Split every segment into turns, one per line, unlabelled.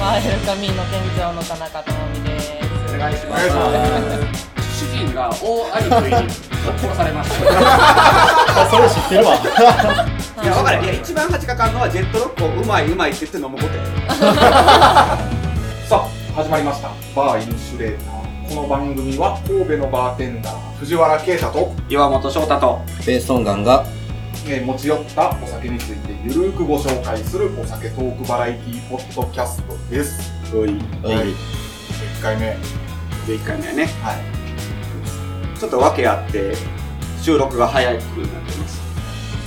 はい、フルカミーの店長の田中智美です。
お願いしま。
お願いします
主人が大アリクイに殺されました。
あそれ知ってるわ
いや、わかる。いや、一番恥かかんのはジェットロックをうまいうまいって言って飲むことや。
さあ始まりましたバーインシュレーターこの番組は神戸のバーテンダー藤原啓太と、
岩本翔太と。
ベースオンガンが
えー持ち寄ったお酒についてゆるーくご紹介するお酒トークバラエティポッドキャストですはい
はい
1回目はい
11回目やね。ちょっと訳あって、収録が早くなってます。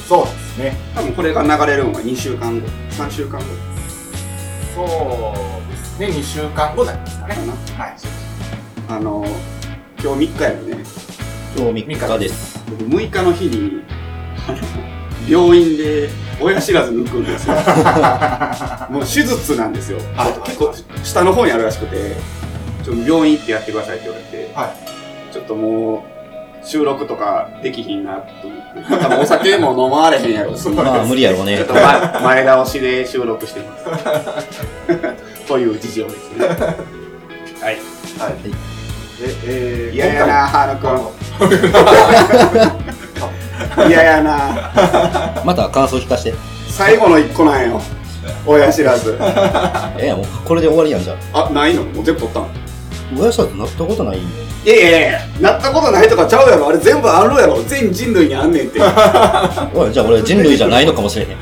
そうですね
多分これが流れるのが2週間後、3週間後
そうですね2週間後だよ
か
は
な。
い
あの、今日3日やるね。
今日3日です。
僕6日の日に、あの、病院で親知らず抜くん ですよ。もう手術なんですよ。
はい
ちょっと結構下の方にあるらしくて、ちょっと病院行ってやってくださいって言われて、
は
ちょっともう収録とかできひんなと思って、またお酒も飲まわれへんやろ。ちょっ
まあ無理やろう ね。
と前前倒しで収録して ます。という事情ですね。はい。
ええー、
嫌やな、ハ ルくん。嫌やな。
また感想聞かして。
最後の一個なんよ。親知らず。
ええやんもうこれで終わりやんじゃん。
あ、ないのもう全部取ったの
親知らずなったことないんよ
いやいやいや、なったことないとかちゃうやろ。あれ全部あるやろ。全人類にあんねんって。
おい、じゃあ俺人類じゃないのかもしれへん。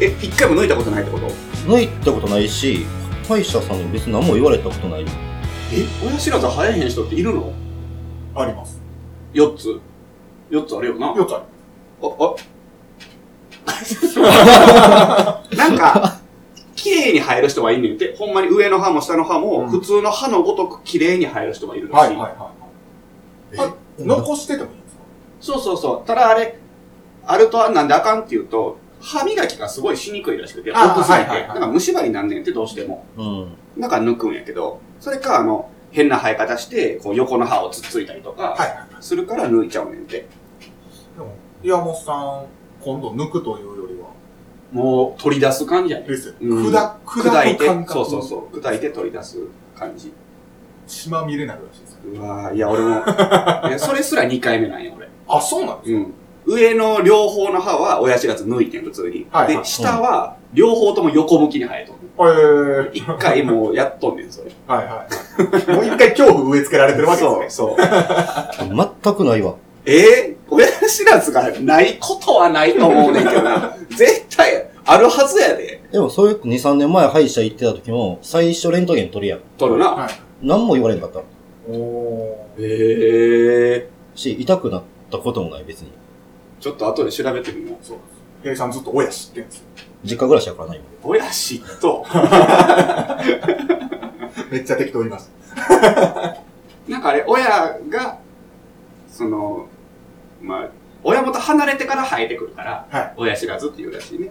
え、一回も抜いたことないってこと
抜いたことないし、歯医者さんに別に何も言われたことないよ。
え、親知らず生えへん人っているの
あります
四つ。四つあるよな。
よくあ
あ、 あなんか、綺麗に生える人はいんねんて。ほんまに上の歯も下の歯も、普通の歯のごとく綺麗に生える人がいる
る
ら
は
し
い
い。
はいはいはいえ残しててもいいんですか
そうそうそう。ただあれ、あるとなんであかんっていうと、歯磨きがすごいしにくいらしくて、
あー
奥すぎて。
はいはいはい
だから虫歯になんねんってどうしても。
うん。
なんか抜くんやけど、それかあの、変な生え方して、こう横の歯をつっついたりとか、
はいはい
するから抜いちゃうねんって。
でも岩本さん今度抜くというよりは
もう取り出す感じやねん。
ですよね
うん
砕く
砕いて
く感、覚
そうそうそう。砕いて取り出す感じ。
血まみれないらしいですよ
うわぁ、いや 俺も、いやそれすら2回目なんよ俺。
あそうなんです
うん。上の両方の歯は親知らず抜いてん、普通に。
はいはい
で、下は両方とも横向きに生えとる。
かえー
一回もうやっとんねん、それ。
はいはい。もう一回恐怖植え付けられてるわけですね。
そう、そう。
全くないわ。
えー、親知らずがないことはないと思うねんけど な。絶対あるはずやで。
でもそういう2、3年前歯医者行ってた時も、最初レントゲン取るやん。
取るな。
はい
何も言われんかった
お
えー、
し、痛くなったこともない別に。
ちょっと後で調べてみよう。そう。
ー。平井さんずっと親知ってんですよ。
実家暮らしやからな、今。
親知と、
めっちゃ適当言いました。
なんかあれ、親が、その、まあ、親元離れてから生えてくるから、
はい
親知らずっていうらしいね。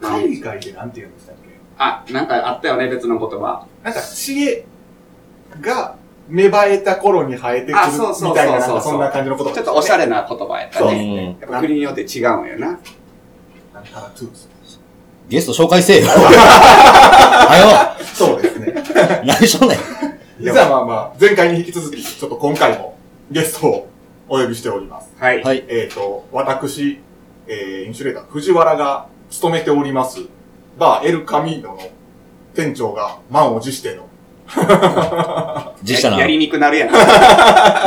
海外でなんて言うんでしたっけ
あ、なんかあったよね、別の言葉。
なんか知恵が芽生えた頃に生えてくるみ
あそうそうそうそう
たいな、なんかそんな感じのこと。
ちょっとおしゃれな言葉やった
そう
う
ね。
ん。
やっぱ国によって違うんやな。
なんたらトゥース
ゲスト紹介せえよ。 は
そうです ね。
よ。何しょんねん。
実はまあまあ、前回に引き続き、ちょっと今回もゲストをお呼びしております。
はい。
はい。
えっ、と、私、えー、インシュレーター藤原が勤めております、バーエルカミーノの店長が満を持しての、
実写
や
な
や。りにくなるやん。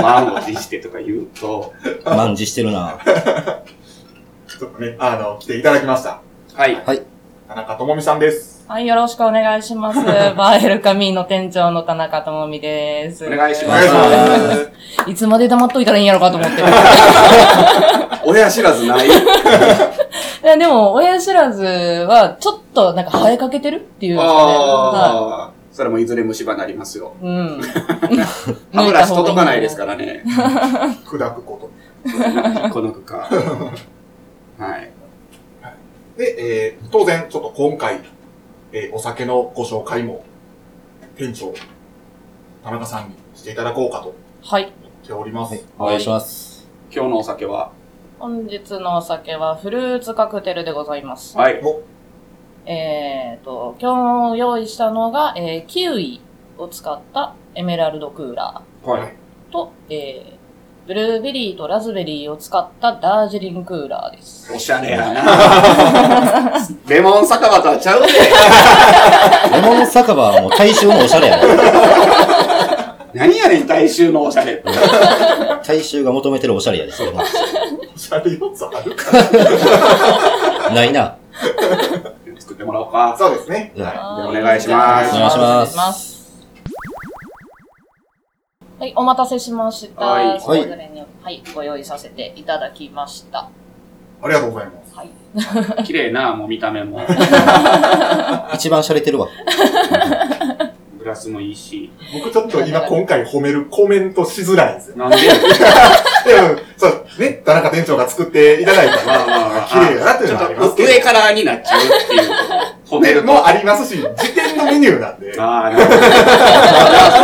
満を持してとか言うと。
満実してるな。
ちょっとね、あの、来ていただきました。
はい。
田中智美さんです。
はい、よろしくお願いし ます。バーエルカミーの店長の田中智美です。
お願いし
お
ま
願いします。
す。いつまで黙っといたらいいんやろかと思 ってる。
親知らずない。
いや、でも、親知らずは、ちょっと、なんか生えかけてるっていうんですかね。は
ああ。それもいずれ虫歯になりますよ。
い。うん。
歯ブラシ届かないです
ら。
からね。
砕くこと。
この区か。はい。
で、えー、当然、ちょっと今回、えー、お酒のご紹介も、店長、田中さんにしていただこうかと
はい。
思っております。
お願いします。
今日のお酒は
本日のお酒はフルーツカクテルでございます。
はい。
お
えっ、と、今日用意したのが、えーキウイを使ったエメラルドクーラ
はい。
ーと、えーブルーベリーとラズベリーを使ったダージリンクーラーです。
おしゃれやなレモン酒場とはちゃうね。
レモン酒場はもう大衆のおしゃれやね。
何やねん、大衆のおしゃれって。
大衆が求めてるおしゃれやですよ。
おしゃれ要素あるか
ないな。
作ってもらおうか。
そうですね。
うん
いじゃあお願いします
お願いします
お願いしますはい、お待たせしました。
はい
それぞれに、はい、ご用意させていただきました。
ありがとうございます。
はい。
綺麗な、もう見た目も。
一番洒落てるわ。
グラスもいいし。
僕ちょっと今今回褒めるコメントしづらいんですよ。
なんで
でも、そう、ね、田中店長が作っていただいた
まあまあま
ら、
あ
綺麗だなっていうのはありますけど。
上からになっちゃうっていうこと。褒める
も
と。
ありますし、時点のメニューなんで。
ああ、なるほど。いやそれ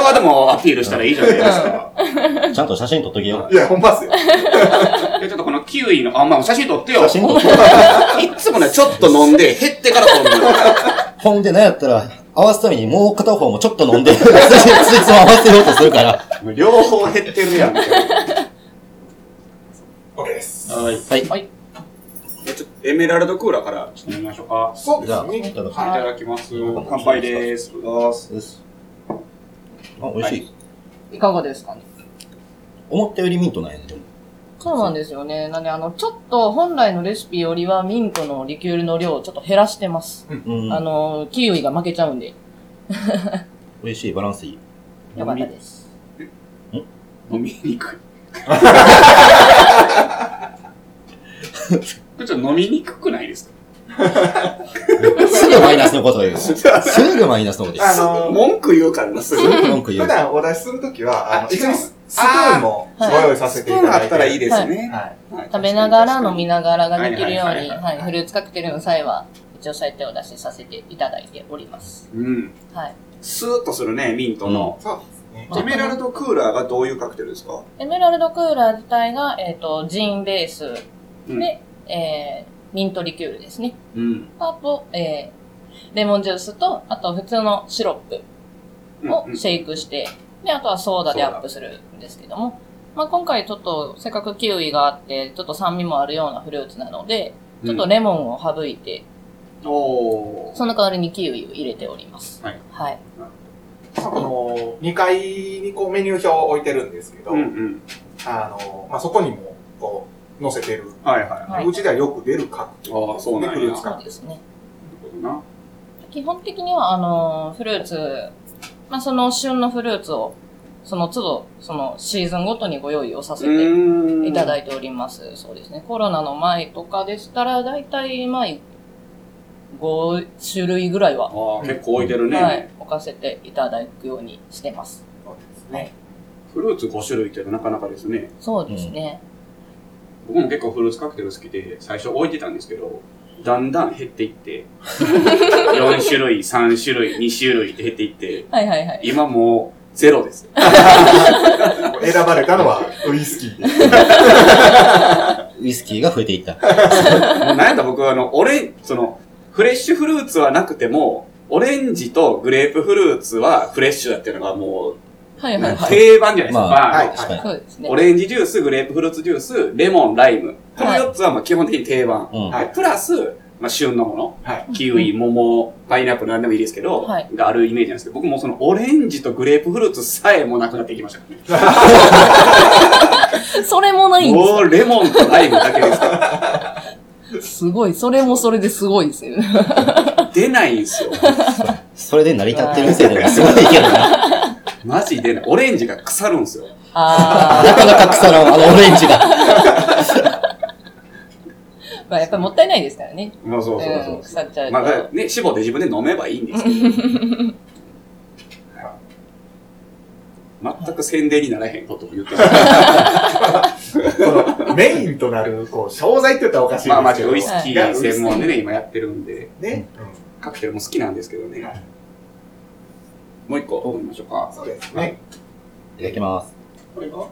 はでもアピールしたらいいじゃないで すか。
ちゃんと写真撮っときよ。
いや、ほんまっすよ。
でちょっとこのキウイの、あ、まあ、写真撮ってよ。
写
い
真撮って。
つもね、ちょっと飲んで、減ってから撮るのよ。
ほんで、なんやったら、合わすためにもう片方もちょっと飲んで、つい つも合わせようとするから。
両方減ってるやん。みたいな
OK です。
はい。
はい。
はい
えちょっとエメラルドクーラーから
ちょっと飲みましょうか。
そう
じゃあ、
ですね。
いただき
いただきます。乾杯です。
ます。ですあ、美味しい。
いかがですかね
思ったよりミントなんやね。
そうなんですよね。なんで、あの、ちょっと本来のレシピよりはミントのリキュールの量をちょっと減らしてます。
うん
あ。の、キウイが負けちゃうんで、
美味しい、バランスいい。
よかったです。
飲みにくい。 これちょっと飲みにくくないですか
すぐマイナスのこと言う。すぐマイナスのこと言う。
あの
文句言うからな、すぐ。
文句言
普
う。
段お出しするときは、あ
あ
の、一緒にススプーンもご
あー
用意させ
ス
て
プ
い
ー
た
ン
だい
あ
て。
ったらいいですね。
はい。
はい
食べながら飲みながらができるよう
はいはい
に、
はい
はい、フルーツカクテルの際は、一応そうやってお出しさせていただいております。
うん。
はい。
スーッとするね、ミントの。
そうですね。
うん
エメラルドクーラーがどういうカクテルですか
エメラルドクーラー自体が、えっ、と、ジンベース
うん
で、えー、ミントリキュールですね。
うん。
あと、えー、レモンジュースと、あと普通のシロップをシェイクして、で、あとはソーダでアップするんですけども、まあ今回ちょっと、せっかくキウイがあって、ちょっと酸味もあるようなフルーツなので、ちょっとレモンを省いて、
おー。
その代わりにキウイを入れております。
はい。
はい。
まあこの、2階にこうメニュー表を置いてるんですけど、
うんうん。
あの、まあ、そこにも、こう、載せてる。
はいはい。なる
はいう
ちではよく出るカクテル
あーそうなんや
フルーツカ
そう
クテ
で
ル。
すね。
ほどな。
基本的には、あの、フルーツ、まあその旬のフルーツを、その都度、そのシーズンごとにご用意をさせて
ー
いただ
い
いております。そうですね。コロナの前とかでしたら、だいたい、まあ、5種類ぐらい
あ
は、
あ、結構置いてるね。
はい、置かせていただくようにしてます。
フルーツ5種類ってなかなかですね。
そうですね。
僕も結構フルーツカクテル好きで、最初置いてたんですけど、だんだん減っていって、4種類、3種類、2種類って減っていって、
はいはいはい。
今もうゼロです。
選ばれたのはウイスキーで。
ウイスキーが増えていった。
もうなんやったら僕はあの、オレン、その、フレッシュフルーツはなくても、オレンジとグレープフルーツはフレッシュだっていうのがも
は
う、
いはいはい。
定番じゃないですか。
まあ
バーの
はい
確かに。
そうですね
オ。レンジジュース、グレープフルーツジュース、レモン、ライム。この
はい
4つはまあ基本的に定番。
うん
はいプラス、まあ、旬のもの、
はい
キウイ、桃、パイナップルなんでもいいですけど、
はい
があるイメージなんですけど、僕もそのオレンジとグレープフルーツさえもなくなっていきましたからね。
それもないん
もうレモンとライムだけですから。
です。すごい。それもそれですごいです よね。
出ないんですよ。
それで成り立ってるせいですごいけどな。
マジ出ない。オレンジが腐るんですよ。
あ
なかなか草のあのオレンジが。
ー。まあ、やっぱりもったいないですからね。
まあそうそうそう。
ん、腐っちゃうと。
まあ、だからね、絞って自分で飲めばいいんで すけど。全く宣伝にならへんことを言ってる。
このメインとなる、こう、商材って言ったらおかしいですけど。
まあまあ、ちょっとウイ
け
スキー専門でね、今やってるんで、
ね。
カクテルも好きなんですけどね。もう一個飲みましょう
うん
か。
そうですね。
いただきます。
これが
は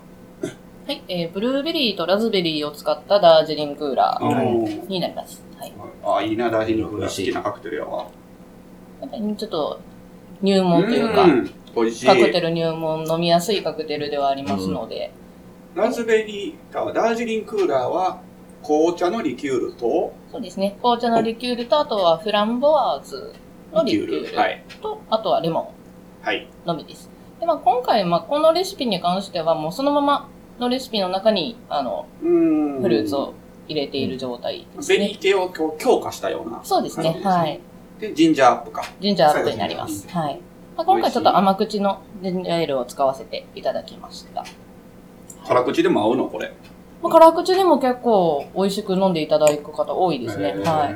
い、えー、ブルーベリーとラズベリーを使ったダージリンクーラ
あー
ーになります。はい。
あ、いいな、大事にこれ好きなカクテルやわ。
やっぱりちょっと入門というか、
ん、美味しい。
カクテル入門飲みやすいカクテルではありますので、
ラズベリーか、ダージリンクーラーは、紅茶のリキュールと、
そうですね、紅茶のリキュールと、あとはフランボワーズのリキュールと、
はい。
あとはレモ
はい。
ンのみです。でまあ、今回、まあ、このレシピに関しては、もうそのままのレシピの中に、あの、
うん
フルーツを入れている状態です
ベ
ね。
リー系を強強化したような。
そうですね、
感
はい。
じで、ジンジャーアップか。
ジンジャーアップになります。はい。まあ、今回ちょっと甘口のジンジャーエールを使わせていただきました。
辛口でも合うの、これ。
まあ、辛口でも結構美味しく飲んでいただく方多いですね。
へー
はい。。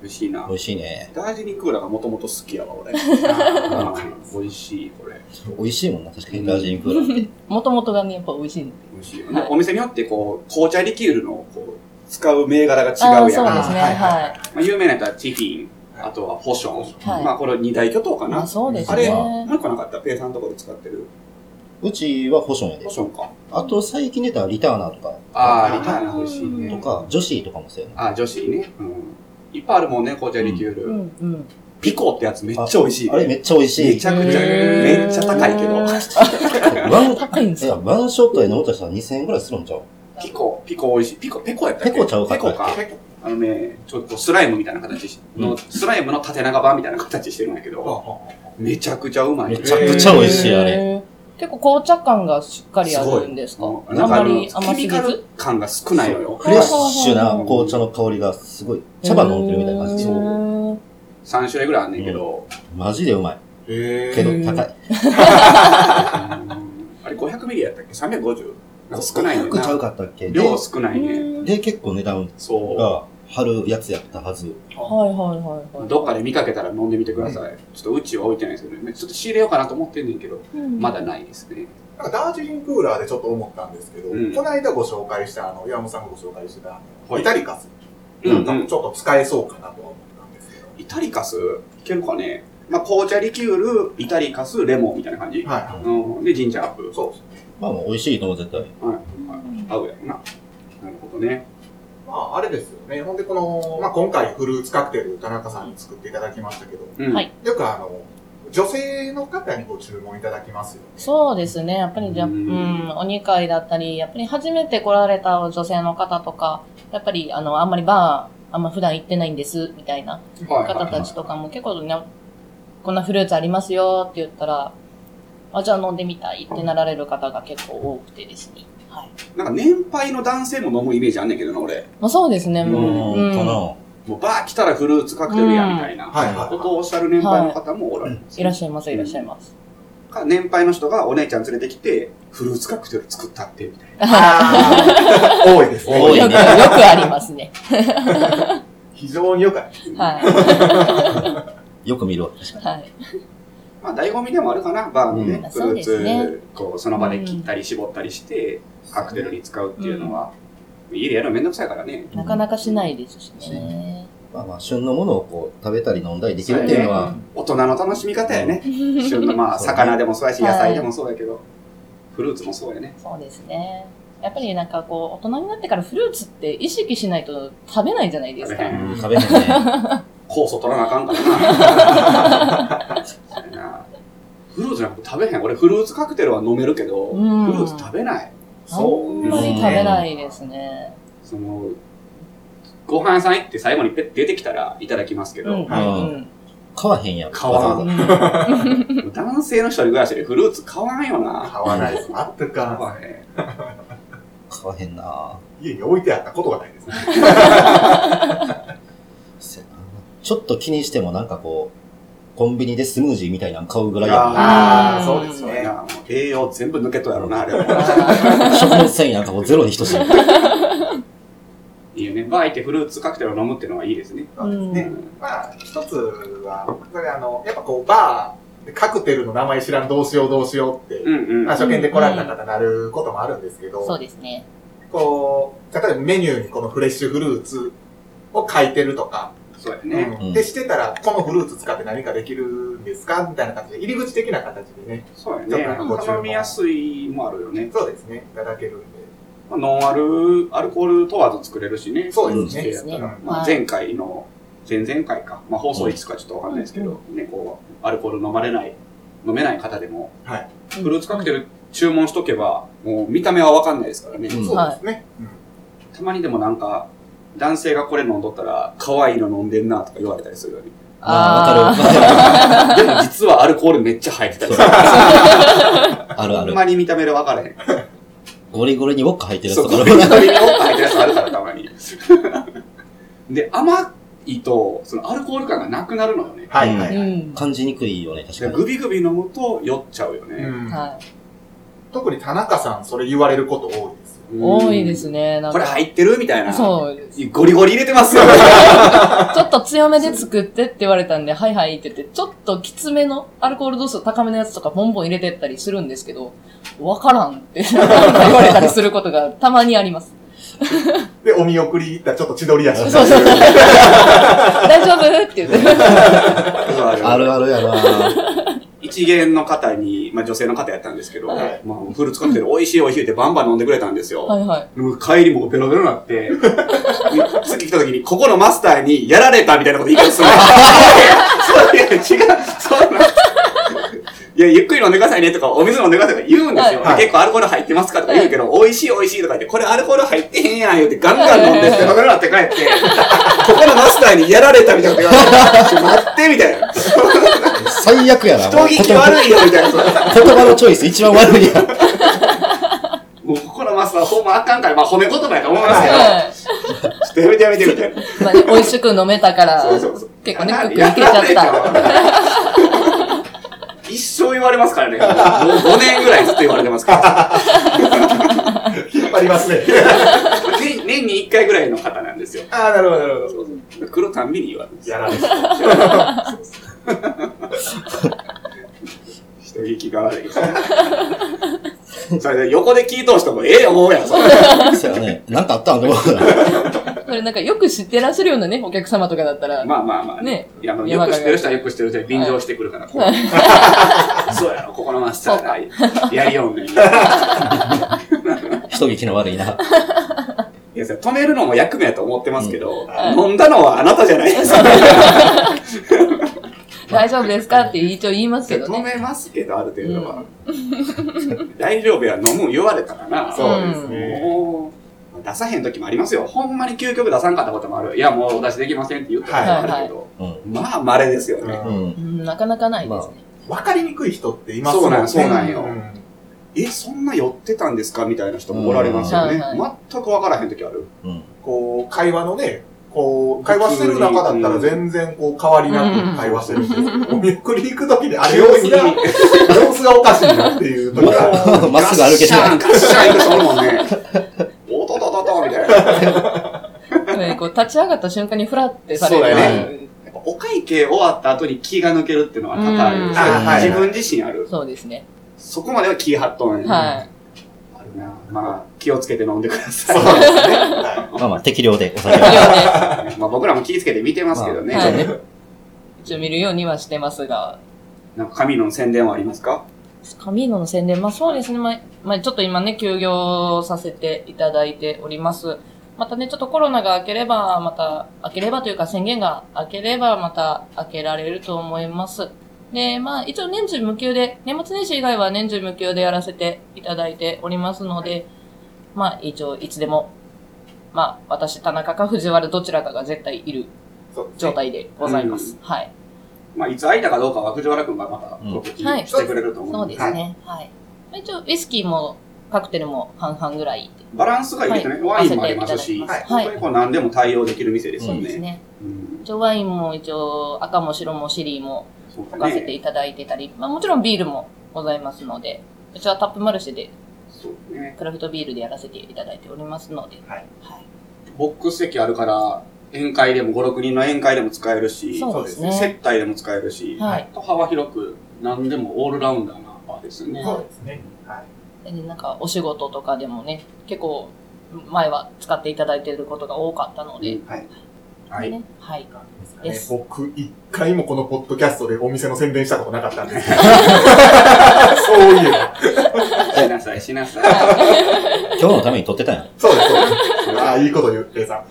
美味しいな
美。味しいね。
ダージリンクーラーがもともと好きやわ、俺。
あ
美味しい、これ。
美味しいもんな、確かに。ダージリンクーラー。
もともとがね、やっぱ美味しいんで。
美味しいよ
は
ね
い。
お店によって、こう、紅茶リキュールの、こう、使う銘柄が違
ああ
う
ー、
や
そ
ん。
うですね。
はいはい
はい。
まあ、有名なやつはティフィン、あとはポション。
はい
まあ、これ二大巨頭か
ま
な
あ、。そうです
あれ、
ね。
もう一個なかったペイさんのところで使ってる。
うちは保証やで
ポ。ションか。
あと、最近出たリターナーとか、
ああ、
あ
リターナー美味しいね。
とか、女子とかもそうやな。
ああ、女子ね。うん。いっぱいあるもんね、紅茶リキュール。
うんうん。
ピコってやつめっちゃ美味しいね。
あれめっちゃ美味し
め
い。
ちゃくちゃ、
へー
めっちゃ高いけど。
ワン、
高いんです
いや、
よ。
ワンショットで飲むとしたら2000円ぐらいするんちゃう
ピコ、ピコ美味しい。ピコ、ペコやったっけ
ペコちゃうか
ペコか。あのね、ちょっとスライムみたいな形しの、スライムの縦長版みたいな形してるんやけど、めちゃくちゃうまい。
めちゃくちゃ美味しい、あれ。
れ。結構紅茶感がしっかりあるんですか
もう
あんまり
なんか
甘
あの
す
ケ
ぎ
ミカ
ず
ル感が少ないのよ。
フレッシュな紅茶の香りがすごい。茶葉飲んでるみたいな感じ
へ
で。
ー
3種類ぐらいあんねんけど、
マジでうまい。
え
けど高い。
あれ500ミリやったっけ ?350? なんか少ないねん
500ちゃう
な。
かったっけで
量少ないね。
で、結構値段
そ
が張るやつやったはず。
はいはいはいは
う。
い。
どっかで見かけたら飲んでみてください。ちょっとうちは置いてないですけどね。ちょっと仕入れようかなと思ってんねんけど、
うん
まだないですね。
なんかダージリンクーラーでちょっと思ったんですけど、
うん
この間ご紹介した、あの、岩本さんがご紹介してた、あの
はい
イタリカス。
うん
なんかちょっと使えそうかなとは思ったんですけど。
イタリカスいけるかねまあ、紅茶リキュール、イタリカス、レモンみたいな感じ。
はいはい。
うん。で、ジンジャーアップ。
そうですね。
まあもう美味しいと思う、絶対。
合うやろな。なるほどね。
まあ、あれですよね。ほんで、この、まあ、今回フルーツカクテル、田中さんに作っていただきましたけど、
うん。
はい
よくあの、女性の方にご注文いただきますよね。
そうですね。やっぱりじゃ、
う
うんん、お二会だったり、やっぱり初めて来られた女性の方とか、やっぱり、あの、あんまりバー、あんま普段行ってないんです、みたいな
はいはい
方たちとかも結構ね、こんなフルーツありますよって言ったら、あ、じゃあ飲んでみたいってなられる方が結構多くてですね。はい。
なんか年配の男性も飲むイメージあんねんけどな、俺。
まあそうですね、
う、
もう。うん
か
ん。
な。
もうバー来たらフルーツカクテルや、みたいな。
はいはい
ことをおっしゃる年配の方もおられます、
いらっしゃいます、いらっしゃいます。
か年配の人がお姉ちゃん連れてきて、フルーツカクテル作ったって、みたいな。
あー多いですね。
多い
よく、よく
ね。
ありますね。
非常によくある。
は
よく見るわ。確か
い。はい。
まあ、醍醐味でもあるかな、バーのね、
うん
フルー
そうですね
ツ、こう、その場で切ったり絞ったりして、カクテルに使うっていうのは、家でやるのめんどくさいからね。
なかなかしないですしね。
まあまあ、旬のものをこう、食べたり飲んだりできるっていうのは、
大人の楽しみ方やね。旬の、まあ、
そうね
魚でもそうやし、
は
野
い
菜でもそうやけど、フルーツもそうやね。
そうですね。やっぱりなんかこう、大人になってからフルーツって意識しないと食べないじゃないです
食べ
か
へ。ん
食べへん ね。
酵素取らなあか んからな。そうやなフルーツなんか食べへん。俺、フルーツカクテルは飲めるけど、
うん
フルーツ食べない。
あんまり食べないですね。
その、ご飯屋さん行って最後にペッて出てきたらいただきますけ
うん、うんう
ど、
ん。
買わへんやん。
買わ。
うんん
男性の一人暮らしでフルーツ買わんよな。
買わないです。あった
買
か。
わへん。
買わへんな
家に置いてあったことがないですね。
せやなちょっと気にしてもなんかこう、コンビニでスムージーみたいなの買うぐらいや
あ
ーそうです
そうやな。もう栄養全部抜けとやろな、あれは。
ん。食物繊維なんかこうゼロ に等しい。
いいよね。バー行ってフルーツカクテルを飲むっていうのはいいですね。
うん
ねまあ、一つは、それあの、やっぱこう、バーでカクテルの名前知らん、どうしよう、どうしようって、
うんうん。
まあ、初見で来られた方なることもあるんですけど、
そうですね。
こう、例えばメニューにこのフレッシュフルーツを書いてるとか、
そうやね。
う
うんん
で、してたら、このフルーツ使って何かできるんですかみたいな感じで、入り口的な形でね。
そうや
ちょっ
ね。
となんかご注文
頼みやすいもあるよね。
そうですね。いただけるんで。
まあノンアル、アルコール問わず作れるしね。
そうで
そうですすね
ね。うん
まあ、
はい
前回の、前々回か、まあ、放送いつかちょっとわかんないですけど、ね、こう、アルコール飲まれない、飲めない方でも、
はい
フルーツカクテル注文しとけば、もう見た目はわかんないですからね。
うん
そうですね。うん
たまにでもなんか、男性がこれ飲んどったら、可愛いの飲んでんなとか言われたりするよね。
ああ、わ
あ
かる。
でも実はアルコールめっちゃ入ってたりする。
あるあ
あん
る。
まり見た目で分からへん。
ゴリゴリにウォッカ入ってるや
そ
つ
う、
とかあ
ゴ
る
リ。ゴリにポッと入ったやつあるから、たまに。で、甘いと、そのアルコール感がなくなるのよね。
はいはいはい。
ん。
感じにくいよね、確か
で
に。
グビグビ飲むと酔っちゃうよ
う
ね。
ん
はい。
特に田中さん、それ言われること多いですよ。
うん
多いです。ね。なん
こ
か
れ入ってるみたいな。
そうです。
ゴリゴリ入れてますよ。
ちょっと強めで作ってって言われたんで、 はいはいって言って、ちょっときつめのアルコール度数高めのやつとかボンボン入れてったりするんですけど、わからんって 言われたりすることがたまにあります。
で、お見送り行ったらちょっと千鳥足
そう
し
そう。
たり。
大丈夫って言って。
あるあるやな。
一元の方に、まあ女性の方やったんですけど、
はい
まあフルーツカクテル美味しい美味しいってバンバン飲んでくれたんですよ。
はいはい。
でも帰りもベロベロになって、 次来た時に、ここのマスターにやられたみたいなこと言い方するの。そういや、違う、そうなの。いや、ゆっくり飲んでくださいねとか、お水飲んでくださいとか言うんですよ。
はい
で結構アルコール入ってますかとか言うけど、美味しい美味しいとか言って、これアルコール入ってへんやん言って、ガンガン飲んで、
はい
ベロベロになって帰って、ここのマスターにやられたみたいなこと言われて、ちょ待ってみたいな。
最悪やな。
人聞き悪いよみたいな。
言葉のチョイス一番悪いやん。
もうここのマスターほんまあかんから、まあ褒め言葉やと思いますけど、
は
ちょっとやめてやめてみたいな。
い。まあね、美味しく飲めたから、
そうそうそう
結構ね、クックいけちゃった。
一生言われますからね。もう5年ぐらいずっと言われてますから。
引っ張りますね。
年年に1回ぐらいの方なんですよ。
ああ、なるほど、なるほど。
黒たんびに言われるんですよ。
やられて
人聞きが悪いです。それで横で聞いとう人もええ思うやん、それ。
そうやね。なんかあったんだろ
これなんかよく知ってらっしゃるようなね、お客様とかだったら、
まあまあまあ
ね
いや、まあよ
山
く
が
知ってる人はよく知ってる人で便乗してくるから、こうそうやろ、ここのマスターがやりよんねん。い
人聞きの悪いな。
や、それ止めるのも役目やと思ってますけど、
ん
飲んだのはあなたじゃないですか。
大丈夫ですかって一応言いますけど
止
ね。
めますけど、ある程度は。 大丈夫や、飲む言われたかな。
そうですね。
もう、出さへん時もありますよ。ほんまに究極出さんかったこともある。いや、もうお出しできませんって言ったこともあるけど、
うん。
まあ、稀ですよね。
うん。
うん、なかなかないですね。
わかりにくい人っています
そう
もん
なん
ね。
そうなんよ
ん
え、そんな寄ってたんですかみたいな人もおられますよね。
うんはい
全くわからへん時ある。
うん。
こう、会話のね、こう、会話してる中だったら全然こう、変わりなく会話してるんですけど、お見送り行くときで、あれ様子が、様子がおかしいなっていう時が、
まっすぐ歩けてない
ガッシャン、ガッシャン行く人おるもんね。おととととみたいな。やっ
でもねこう立ち上がった瞬間にフラってされ
そう
る。
だよぱお会計終わった後に気が抜けるっていうのは多々ありますよ
うんあはい
自分自身ある。
そうですね。
そこまでは気張っとんねん。
はい。
あるな。まあ、気をつけて飲んでください。
そうですね。は
まあまあ、適量で お酒は。
まあ僕らも気をつけて見てますけどね。
まあそうね
一応見るようにはしてますが、
なんか神野の宣伝はありますか
カミーノの宣伝、まあそうですね、まあ、まあちょっと今ね、休業させていただいております。またね、ちょっとコロナが明ければ、また、明ければというか宣言が明ければ、また明けられると思います。で、まあ一応年中無休で、年末年始以外は年中無休でやらせていただいておりますので、まあ一応いつでも、まあ私、田中か藤原どちらかが絶対いる
いそうです
状
ね
態でございます。はい。
まあ、いつ空いたかどうかは藤原くんがまた告知
うん
してくれると思
そううん
で、
ですね。はい。一応、ウイスキーもカクテルも半々ぐらいで。
バランスがいいですね、
はい
ワインもありますし、
合わせていただきます
本当にこう何でも対応できる店ですよ
そうです
ね。
ね。
うん
一応、ワインも一応、赤も白もシリーも
そう
置
だ
かせて
ね。
いただいてたり、まあもちろんビールもございますので、うちはタップマルシェで、
そうね
クラフトビールでやらせていただいておりますので。
はい。
ボックス席あるから、宴会でも5、6人の宴会でも使えるし、
そうですね。
接待でも使えるし、
はい
と幅広く何でもオールラウンダーなバーですよね。
そうですね。はい。
でなんか、お仕事とかでもね、結構、前は使っていただいていることが多かったので、
はい。
はい
ね。はい。で
ね
す。
僕、一回もこのポッドキャストでお店の宣伝したことなか ったんですけど。そういえば。
しなさい、しなさい。
今日のために撮ってたんや。
そうです、そうです。ああ、いいこと言う、レイさん。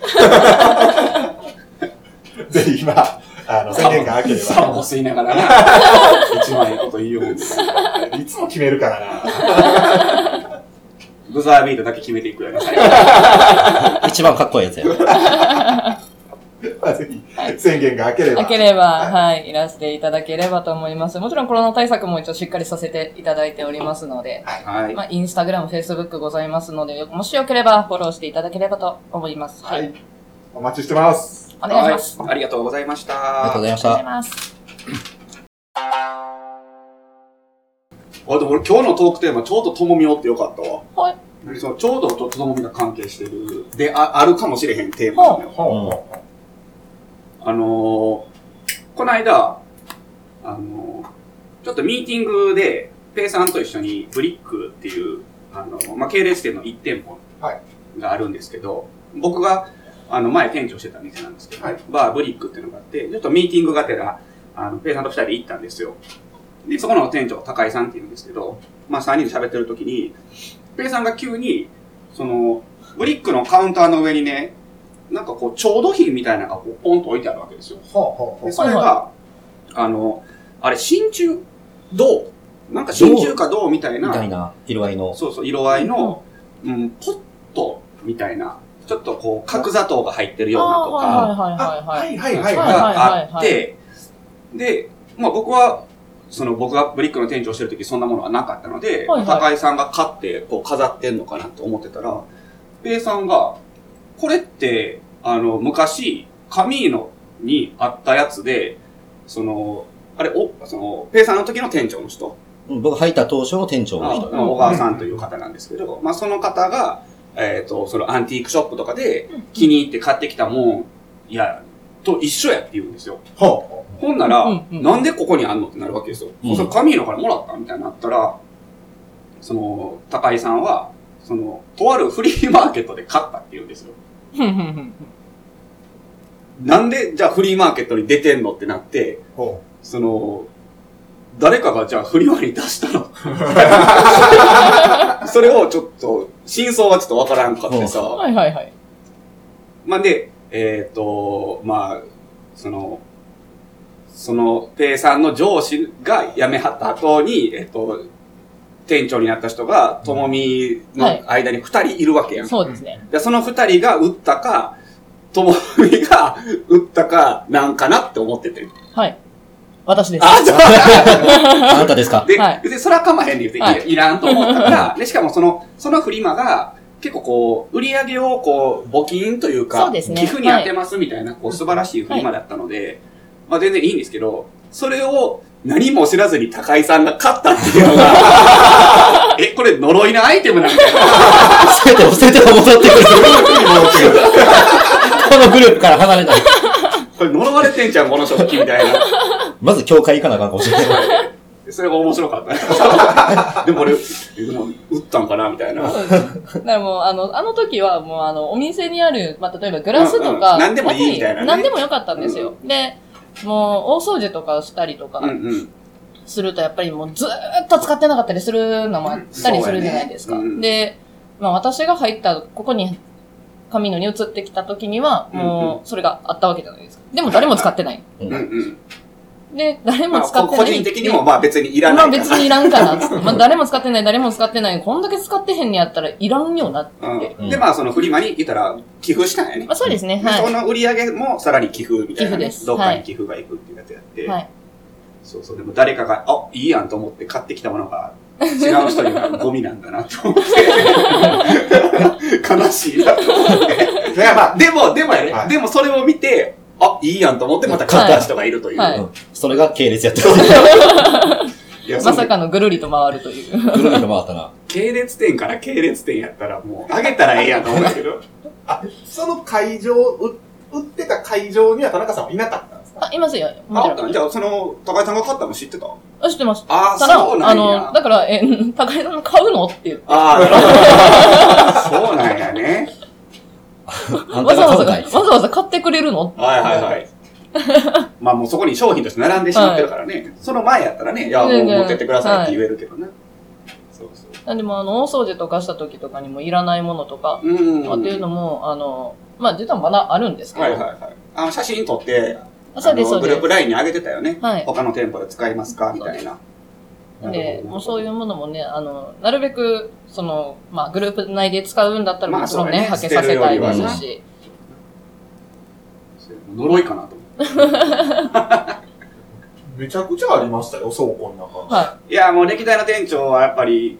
ぜひ、今、あの、宣言が明けれ
サボ
ば、
吸いながらな、一番いいこと言いようもんです。
いつも決めるからな。
ブザービートだけ決めていくやな。
一番かっこいいやつや。
まあぜひ、宣言が明ければ。
なければ、はい、いらしていただければと思います。もちろんコロナ対策も一応しっかりさせていただいておりますので、
はい。
まあ、インスタグラム、フェイスブックございますので、よもしよければフォローしていただければと思います。は。
はいい。お待ちしてます。
お願いします。
はいありがとうございました。
ありがとうございました
お願いし。ます。
あ、でも俺今日のトークテーマ、ちょうどともみおってよかったわ。
はい。
何そのちょうどとともみが関係してる、で、ああるかもしれへんテーマなのよ。
うん
あのー、この間、あのー、ちょっとミーティングで、ペイさんと一緒にブリックっていう、あのー、まあ、系列店の1店舗
は
があるんですけど、僕が、あの、前店長してた店なんですけど、バーブリックっていうのがあって、ちょっとミーティングがてら、あの、ペイさんと二人で行ったんですよ。で、そこの店長、高井さんっていうんですけど、まあ、三人で喋ってる時に、ペイさんが急に、その、ブリックのカウンターの上にね、なんかこう、調度品みたいなのがこう、ポンと置いてあるわけですよ。
ほうほうほ
でそれが、
は
あの、あれ、真鍮銅なんか真鍮か銅みたい
み
な、
たいな色合いの。
そうそう、色合いの、うん、ポットみたいな、ちょっとこう、角砂糖が入ってるようなと
あ
か、
ーはいはいはいはい。
いはいはいは
があっ
はいはいは
て、で、まあ僕は、その僕がブリックの店長してる時そんなものはなかったので、
はいはい
高井さんが買ってこう飾ってんのかなと思ってたら、ペイさんが、これって、あの、昔、カミーノにあったやつで、その、あれ、お、その、ペイさんの時の店長の人
うん僕入った当初の店長の人。
まあ小川さんという方なんですけど、まあ、その方が、えっ、と、そのアンティークショップとかで気に入って買ってきたもん、いや、と一緒やって言うんですよ。
い。ほう。
ほんなら、
うんうん
なんでここにあんのってなるわけですよ。
うん
それ神のからもらったみたいになったら、その、高井さんは、その、とある フリーマーケットで買ったって言うんですよ。
ふんふんふん
なんで、じゃあフリーマーケットに出てんのってなって、
ほ
その、誰かがじゃあフリマに出したの。 それをちょっと、真相はちょっとわからんかってさ。
はいはいはい。
まあで、えっ、と、まあ、その、その、ペイさんの上司が辞めはった後に、えっ、と、店長になった人が、ともみ
はい
の間に二人いるわけやん。
そうですね。
でその二人が打ったか、ともみが打ったか、なんかなって思ってて。
はい。私です。
あ、そう
あなたですか
で、
はい
別にそれはかまへんで言って、
はい
い、いらんと思ったから、で、しかもその、そのフリマが、結構こう、売り上げをこう、募金という
そ
か、
うですね
寄付に当てますみたいな、こう、素晴らしいフリマだったので、まあ全然いいんですけど、それを何も知らずに高井さんが勝ったっていうのが、 え、これ呪いのアイテムなんだよ。
すべてを捨てては戻ってくる。このグループから離れた。
これ呪われてんじゃん、この食器みたいな。
まず教会行かなあかんかもしれない。
それが面白か ったね。でも俺、えでも打ったんかなみたいな。
そうですだからもう、あの、あの時は、もう、あの、お店にある、まあ、例えばグラスと
うんう
か、
ん何でもいいみたいなね
何でもよかったんですよ。で、もう、大掃除とかしたりとか
うんうん。
すると、やっぱりもう、ずーっと使ってなかったりするのもあったりするじゃないですか。
うんそうやねうん
で、まあ、私が入った、ここに、神野に移ってきた時には、もう、それがあったわけじゃないですか。でも、誰も使ってない。
うんうん。
で、誰
ま
も
あ、
使ってない。
個人的にも、まあ別にいらない
ま
か
あ
ら。
別にいらんかなっつって。まあ誰も使ってない、誰も使ってない。こんだけ使ってへんにやったらいらんよなって。
うん
うん
で、まあ、そのフリマに言ったら、寄付したんやね。
まあそうですね、
でそ
は
の売り上げもさらに寄付みたい
寄付
な、ね。
です
どっか
は
に
い
寄付が行くっていうやつやって。
い。はい。
そうそう。でも誰かが、あ、いいやんと思って買ってきたものが、違う人にはゴミなんだなと思って。 悲しいなと思って。
う。いや、まあ、
でも、でもやね、
はい
でもそれを見て、あ、いいやんと思ってまた買った人がいるという。
はい
うんそれが系列やってる。
いや、
まさ
その
かのぐるりと回るという。
グループが回ったな。
系列店から系列店やったら、もう、あげたらええやんと思うんだけど。
その会場、う売ってた会場には田中さんはいなかったんですか
あ、いますよ。もち
あ
ろん。
じゃあ、その、高井さんが買ったの知ってた
あ知ってます。
ああ、
ただ、
そうな
あ
んや。
の、だから、え、うん高井さん買うのっていう。
ああ、なるほど。そうなんやね。
あん
わ
た
ざ
が
わ
今
ざ、
回
わ。ざわざ買ってくれるの
はいはいはい。 まあもうそこに商品として並んでしまってるからね。その前やったらね、いや、もう
全然
持ってってくださいって言えるけどね。そうそう。
なんでもあの、大掃除とかした時とかにもいらないものとか、
うん。
っていうのも、あの、まあ、実はまだあるんですけど。
はいはいはい。あの、写真撮って、
あそうです、
あ
そう
のグ
で
ルー
す
プ。ラインに上げてたよね。
はい
他の店舗で使いますかみたいな。
で、もうそういうものもね、あの、なるべく、その、まあ、グループ内で使うんだったら、
まあ
もちろんね、
そう
は
ね
けさせたいで
捨てるよりは
す
な
し。
呪いかなと思
めちゃくちゃありましたよ、倉庫の中。
は
う。いや、もう歴代の店長はやっぱり、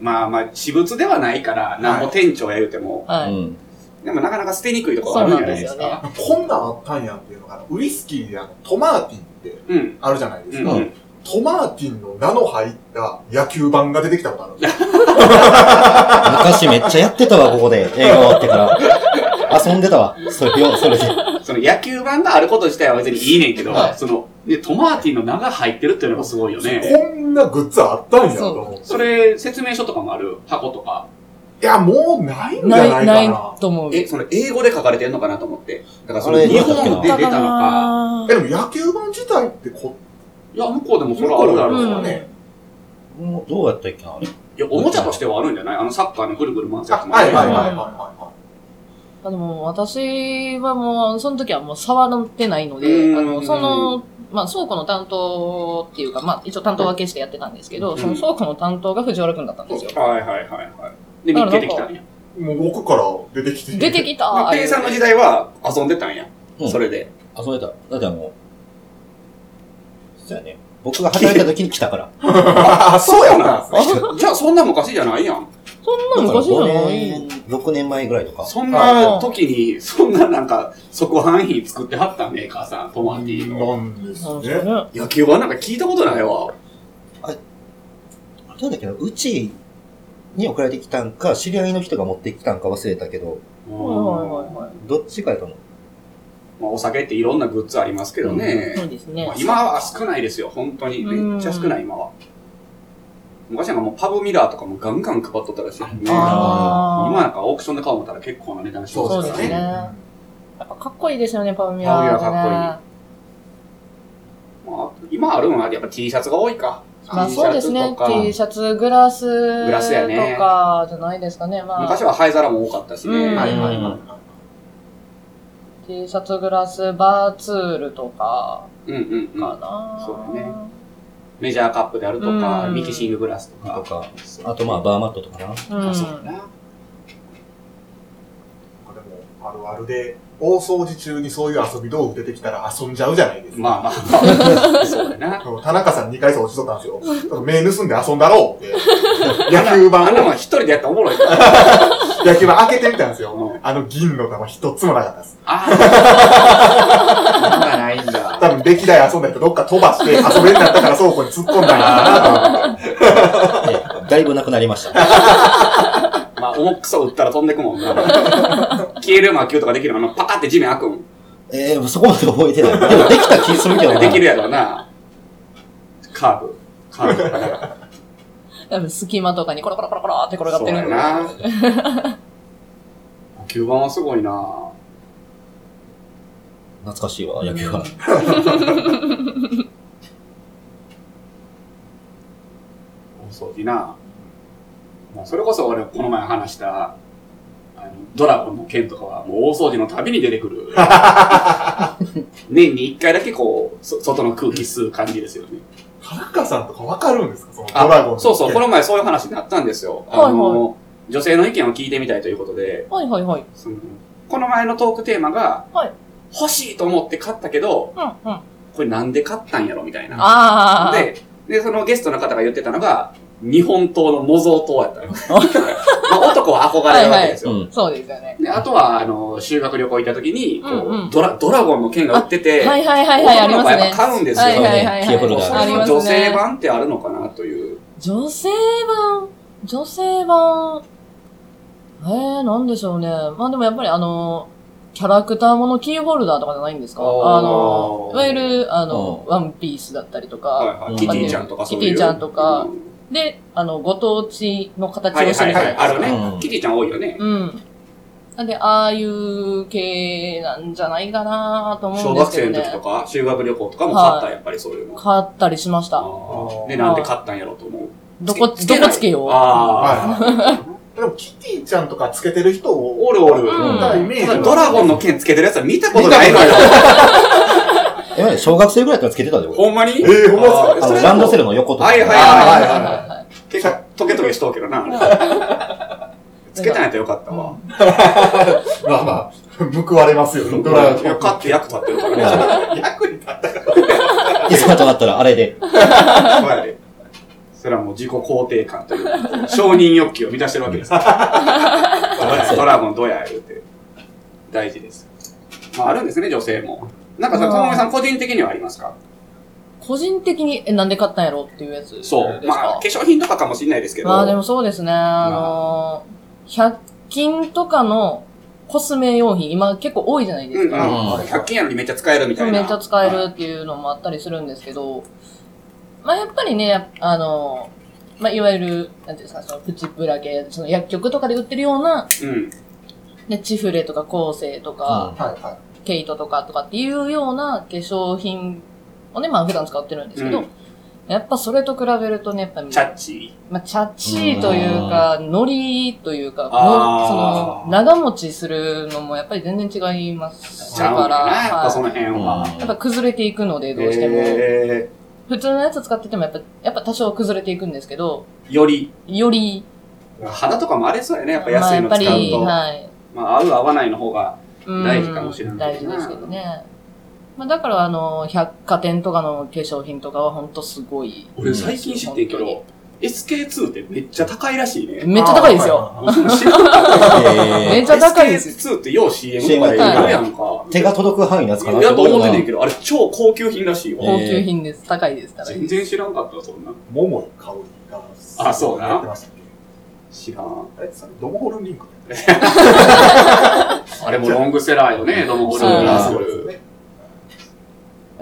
まあまあ、私物ではないから、なんも店長や言うても
い。、は
う
い。
ん。
でもなかなか捨てにくいところ
そ
あ
う
るん
な
じ
んで
ゃない
す
で
よ
すか。
ね。
こんなんあったんやっていうのが、ウイスキーであのトマーティンって
うん。
あるじゃないで
う
す
ん
か。
うん。
トマーティンの名の入った野球盤が出てきたことあるんですよ
昔めっちゃやってたわ、ここで。映画終わってから。遊んでたわ。それよ、それで。
その野球盤があること自体は別にいいねんけど、
はい
その、ね、トマーティンの名が入ってるっていうのがすごいよね。
こんなグッズあったんやと思って。
それ、説明書とかもある箱とか。
いや、もうないんじゃな
な
いか
い、
な。
ないと思う。
え、それ英語で書かれてんのかなと思って。だからそ
あ
れ
れ
日本で出たのか。
あ
え、でも野球盤自体ってこ
いや、向こうでも
っ
それあるだろ
う
う。
ん
ね。
もうどうやったっけな、あれ。
いや、おもちゃとしてはあるんじゃないあのサッカーのぐるぐる回す
あ
やつもあ
はい
る
はいはいい
は
はいい
は
はいい
あでも、私はもう、その時はもう触ってないの
う
で、
ん
あの、その、まあ、倉庫の担当っていうか、まあ、一応担当分けしてやってたんですけど、
ん
その倉庫の担当が藤原くんだったんですよ。
はいはいはいはい。で、見っけてきたんや。
もう奥から出てきて。
出てきた
店員さんの時代は遊んでたんや
う。ん
それで。
遊んでた。だってあの、そうやね。僕が働いた時に来たから。
あ、そうやな。
な。じゃあそんな昔じゃないやん。
そんな昔じゃない。
6年前ぐらいとか。
そんな時に、そんななんか、即販品作ってはったメーカーさん、トマーティの。
なんです
そうです
ね。
よね。
野球はなんか聞いたことないわ。
なんだっけど、うちに送られてきたんか、知り合いの人が持ってきたんか忘れたけど、
はいはいはいはい。
どっちかやと思う。
まあ、お酒っていろんなグッズありますけどね。
そうですね
まあ、。今は少ないですよ、本当に。
うん
めっちゃ少ない、今は。昔なんかもうパブミラーとかもガンガン配っとったらしいね。今
あ
なんかオークションで買おう思ったら結構な値段してま
そ
す
うで
か
す
ら
ね。
ね。
やっぱかっこいいですよね、パブミラーってね。
パブミラーかまあ、今あるのはやっぱ T シャツが多いか。
まあ
T シ
そう
ャ
で
ツ
すね
と。か
T シャツ、グラス
グラスや
と
ね
かじゃないですかね。まあ、
昔は灰皿も多かったし
うん
ね。
はい
は
はいい
は
はいい。
T シャツ、グラス、バーツールとか
うんうん
か
まあ、
な。
そうだねメジャーカップであるとか、
うん
ミキシンググラスと
と
か。
か、あとまあ、バーマットとかな。
うん。
あそうだな。
これもあるあるで、大掃除中にそういう遊び道具出てきたら遊んじゃうじゃないですか。
まあまあま あ、そうだな。
田中さん2回掃除しとったんですよ。目盗んで遊んだろうって。野球
あん
盤
な
を
もん一人でやったらおもろいから。
野球盤開けてみたんです
う
よ。あの銀の玉一つもなかったです。
ああ。なんかないんだ。
多分歴代遊んだ人どっか飛ばして遊べんだったから倉庫に突っ込んだんやなと 思って。
で、だいぶなくなりました。
まあ、重くそ打ったら飛んでくもん な。消える魔球とかできるのパカって地面開くん。
えー、そこまで覚えてない。でも、できた気するけどな。
できるやろな。カーブ。カーブとかな。
多分隙間とかにコロコロコロコロって転がっ
そう
て
や
るんで。
な。野球盤はすごいな。
懐かしいわ、野球は。
お掃除な。もうそれこそ俺、この前話した、あの、ドラゴンの剣とかは、もう大掃除のたびに出てくる。 年に一回だけこう、そ外の空気吸う感じですよね。
田中さんとかわかるんですかそのド
あ
ラゴン
そうそう、こ
の
の前そういう話になったんですよ。あの、
はい
女性の意見を聞いてみたいということで、
はいはいはい。
そのこの前のトークテーマが、
はい
欲しいと思って買ったけど、
うんうん。
これなんで買ったんやろみたいな。
ああ。
で、で、そのゲストの方が言ってたのが、日本刀の模造刀やったの。 まあ、男は憧れるわけですよ。
うん。
そうですよね。
で、あとは、あの、修学旅行行った時に、こう、
うんうん
ドラ、ドラゴンの剣が売ってて、
はいはいはいはい、あり
男
ま
の
す
子はやっ
ね
ぱ。買うんですよ。
はいはいはい
キーホルダー
そ
はい。あり
れの
ますね。
女性版ってあるのかなという。
女性版、女性版、えー、なんでしょうね。まあでもやっぱりあの、キャラクターものキーホルダーとかじゃないんですか
おー
あの、いわゆる、あの、ワンピースだったりとか、
はいはい。キティちゃんとかそういう。
キティちゃんとか
うん
で、あの、ご当地の形
はい
を
は
して
い
るじゃ
は
ない
い。
ですか。
あるね
う。ん
キティちゃん多いよね。
うん。なんで、ああいう系なんじゃないかなと思う
小
んで
学
すけ
生
ど
の
ね。
時とか、修学旅行とかも買った、やっぱりそういうの。
買ったりしました。
あーで、なんで買ったんやろうと思う。
どこ、どこ
けない
つけよう。
ああ。
はい。でも、キティちゃんとかつけてる人を、
おるおる。
うん
ただイメージ
た
は
だドラゴンの剣つけてるやつは見たことないのよ。
え、待って小学生ぐらいだったらつけてたで、俺。
ほんまに
えーほんまですか
あの、ランドセ
ル。
ルの横とか。
はいはいはい
はい
はい。
はい
はい
結構、トゲトゲしとうけどな。つけたんやったらよかったわ。
まあまあ、報われますよ、ドラゴ ン。
よかった、役立ってるからね。
役に立った。
いつかとなったら、あれで。
そうやで。それはもう自己肯定感というか、承認欲求を満たしてるわけですから。ドラゴンどうや言うて。大事です。まあ、あるんですね、女性も。なんかさ、ともみさん個人的にはありますか
個人的に、え、なんで買ったんやろっていうやつですか。
まあ、化粧品とかかもしれないですけど。
まあでもそうですね、あのー、100均とかのコスメ用品、今結構多いじゃないで
うん、う
す
ん。
か。
100均やのにめっちゃ使えるみたいな。
めっちゃ使えるっていうのもあったりするんですけど、まあやっぱりね、あのー、まあいわゆる、なんていうんですか、そのプチプラ系、その薬局とかで売ってるような、
うん。
ね、チフレとかコーセーとか、
はいはい。
ケイトとかとかっていうような化粧品をね、まあ普段使ってるんですけど、
うん
やっぱそれと比べるとね、やっぱり
チャッチ
まあ、チャッチーというか、ノリというか、
あ
のその、
ー
長持ちするのもやっぱり全然違います
ちゃ
か
う
ら、
よな、やっぱそ
は
の辺は。
い、やっぱ崩れていくので、どうしても。
え
普通のやつ使っててもやっぱ、やっぱ多少崩れていくんですけど、
ーより、
より、
肌とかもあれそうやね、やっぱ
まあ
安い
やっ
の
ぱ
使う
り、
と。
はい。
まあ、合う合わないの方が。
うん
大事かもしれないな
大事ですけどね。まあ、だから、あの、百貨店とかの化粧品とかはほんとすごい。
俺最近知ってんけど、SK2 ってめっちゃ高いらしいね。
めっちゃ高いですよ。
あ
もうそんなん知ら んかった
め
え
っちゃ高いですよ。
SK2 ってよう CM とかでやるやんか
ー。手が届く範囲のやつかな。
やと思ってんねんけど、あれ超高級品らしい
えー
よ。
高級品です。高いです。高い
全
です。
然知らんかったわ、そんなん。
桃井香織が、
あそうな
やってましたっけ
知らん。
あれそれドモホルンリンクだよね
あれもロングセラーよね、どのホル
そう
ンラ
な
ス
ん
そ
ホ
う
ル
ですね。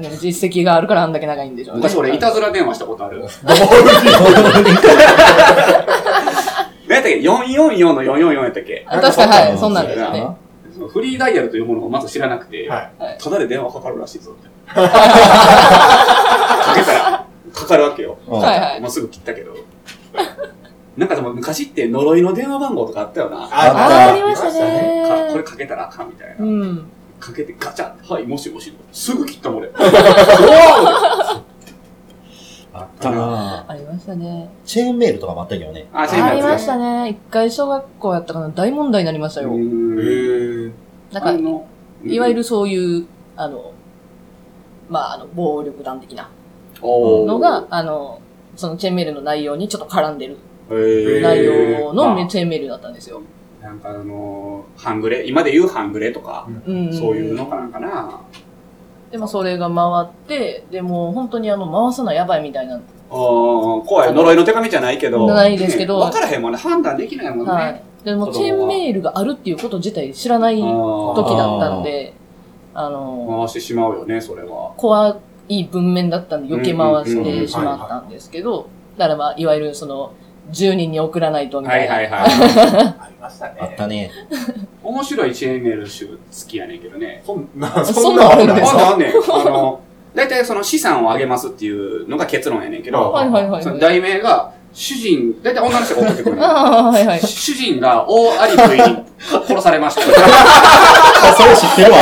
でも実績があるからあんだけ長いんでしょうね。
昔俺、いたずら電話したことある。
ドモホルンリンク。
何やったっけ ?444 の444やったっけ
あ確かに、はい、そんなんですよね。
そのフリーダイヤルというものをまず知らなくて、
はい
ただで電話かかるらしい ぞって。かけたら、かかるわけよ。
うん
はいはい
もうすぐ切ったけど。なんかでも昔って呪いの電話番号とかあったよな。か
あー、あ
あ
りました
これ
ね。
かけたらあかんみたいな。
うん。
かけてガチャって、はい、もしもし。すぐ切ったもん俺。
あったな
ありましたね。
ぁチェーンメールとかもあったけどね。
あ、。
ありましたたね。一回小学校やったかな。大問題になりました
う
よ。
ーん
なんか、
の、
いわゆるそういう、あの、まあ、あの、暴力団的なの
の
が、、あの、そのチェーンメールの内容にちょっと絡んでる
へー
内容の
ま
チェーンメールだったんですよ。
あなんかあのー、半グレ、今で言う半グレとか、
うん。
そういうのかなんかな。
でもそれが回って、でもう本当にあの、回すのはやばいみたいな。
ああ、怖い。呪いの手紙じゃないけど。
ないですけど
ねわからへんもんね。判断できないもんね。
はい。でもチェーンメールがあるっていうこと自体知らない
あー
時だったんで、あの、
回してしまうよね、それは。
怖い文面だったんで余計回
うん
し
うんうんうん
てしまったんですけど、だからまあ、いわゆるその、10人に送らないとみ
は
たい
い
な。
はいはい。
ありました
あった
ね。
ね。
面白いチェーンメール集好きやねんけどね。
そんな、
そんなんあるんです
あ
か
とあんねん。あの、だいたいその資産を上げますっていうのが結論やねんけど、
はいはいはい
その
はい。
題名が、主人、だいたい女の人が送ってくるねん
あ あー、はいはい。
主人が大アリクイに殺されました。
あ、それ知ってるわ。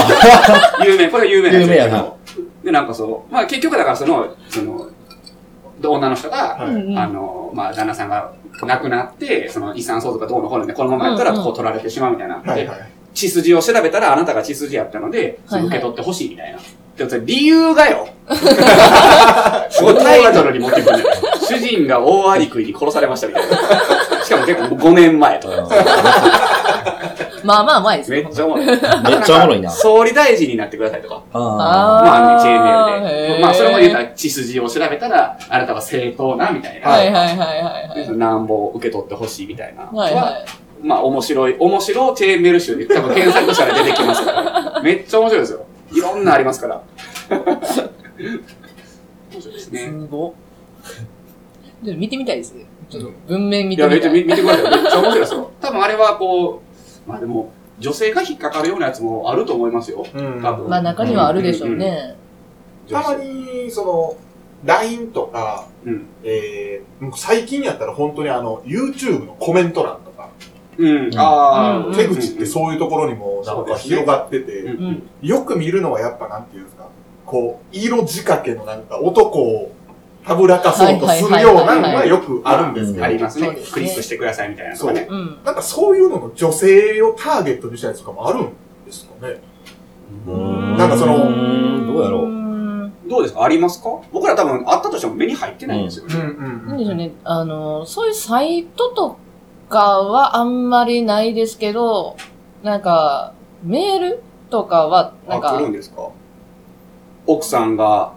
有名、これ有名なやつ
有名やな
で、なんかそう、まあ結局だからその、その、女の人が、
はい
うんうん
あの、まあ旦那さんが亡くなって、その遺産相続がどうのこうので、このままやったら
うんうん
こう取られてしまうみたいな。
はい
で
はい。
血筋を調べたらあなたが血筋やったので、それ
はいはい
受け取ってほしいみたいな。でもそれ理由が よすごいタイトルに持ってくるね主人が大アリクイに殺されましたみたいな。しかも結構5年前とか。
まあまあ前です
め
よ。
っちゃおもろい。めっ
ちゃおもろいな
総理大臣になってくださいとか。
あ
あー
まあね、チェーンメール
へ
で。
ー
まあ、それも言うたら血筋を調べたら、あなたは正当な、みたいな。
はいはいはいはいはい。
難望を受け取ってほしいみたいな。
はいはい。
まあ、面白い、面白いチェーンメール集で多分検索したら出てきますから。 めっちゃ面白いですよ。いろんなありますから。面白いですね。
すごっ。ちょっと見てみたいですね。ちょっと文面見
い
て
や、
み
めっち
た
ゃ
い。
見見てください。めっちゃ面白いですよ。多分あれはこう、まあでも、女性が引っかかるようなやつもあると思いますよ。
うん
多分
まあ中にはあるでしょうね。
たまに、その、LINE とか、
うん
えー、もう最近やったら本当にあの、YouTube のコメント欄とか、
うん。あ
う
あ。
ん
手口ってそういうところにもなん
そう
か
ですね
広がってて、
うん
うん。
よく見るのはやっぱなんていうんですか、こう、色仕掛けのなんか男をたぶらかそうとするようなのがよくあるんですけ
うん
ど、
あります
そ
ね
うですね。
クリックしてくださいみたいなのがね。
うん。
なんかそういうのの女性をターゲットにしたやつとかもあるんですかね。なんかその
うーんどうやろう。
う
どうですかありますか僕ら多分あったとしても目に入ってないんですよね。
ん
なんでしょうね。あの、そういうサイトとかはあんまりないですけど、なんか、メールとかは、なん
あ、来る
か
ん、ですか奥さんが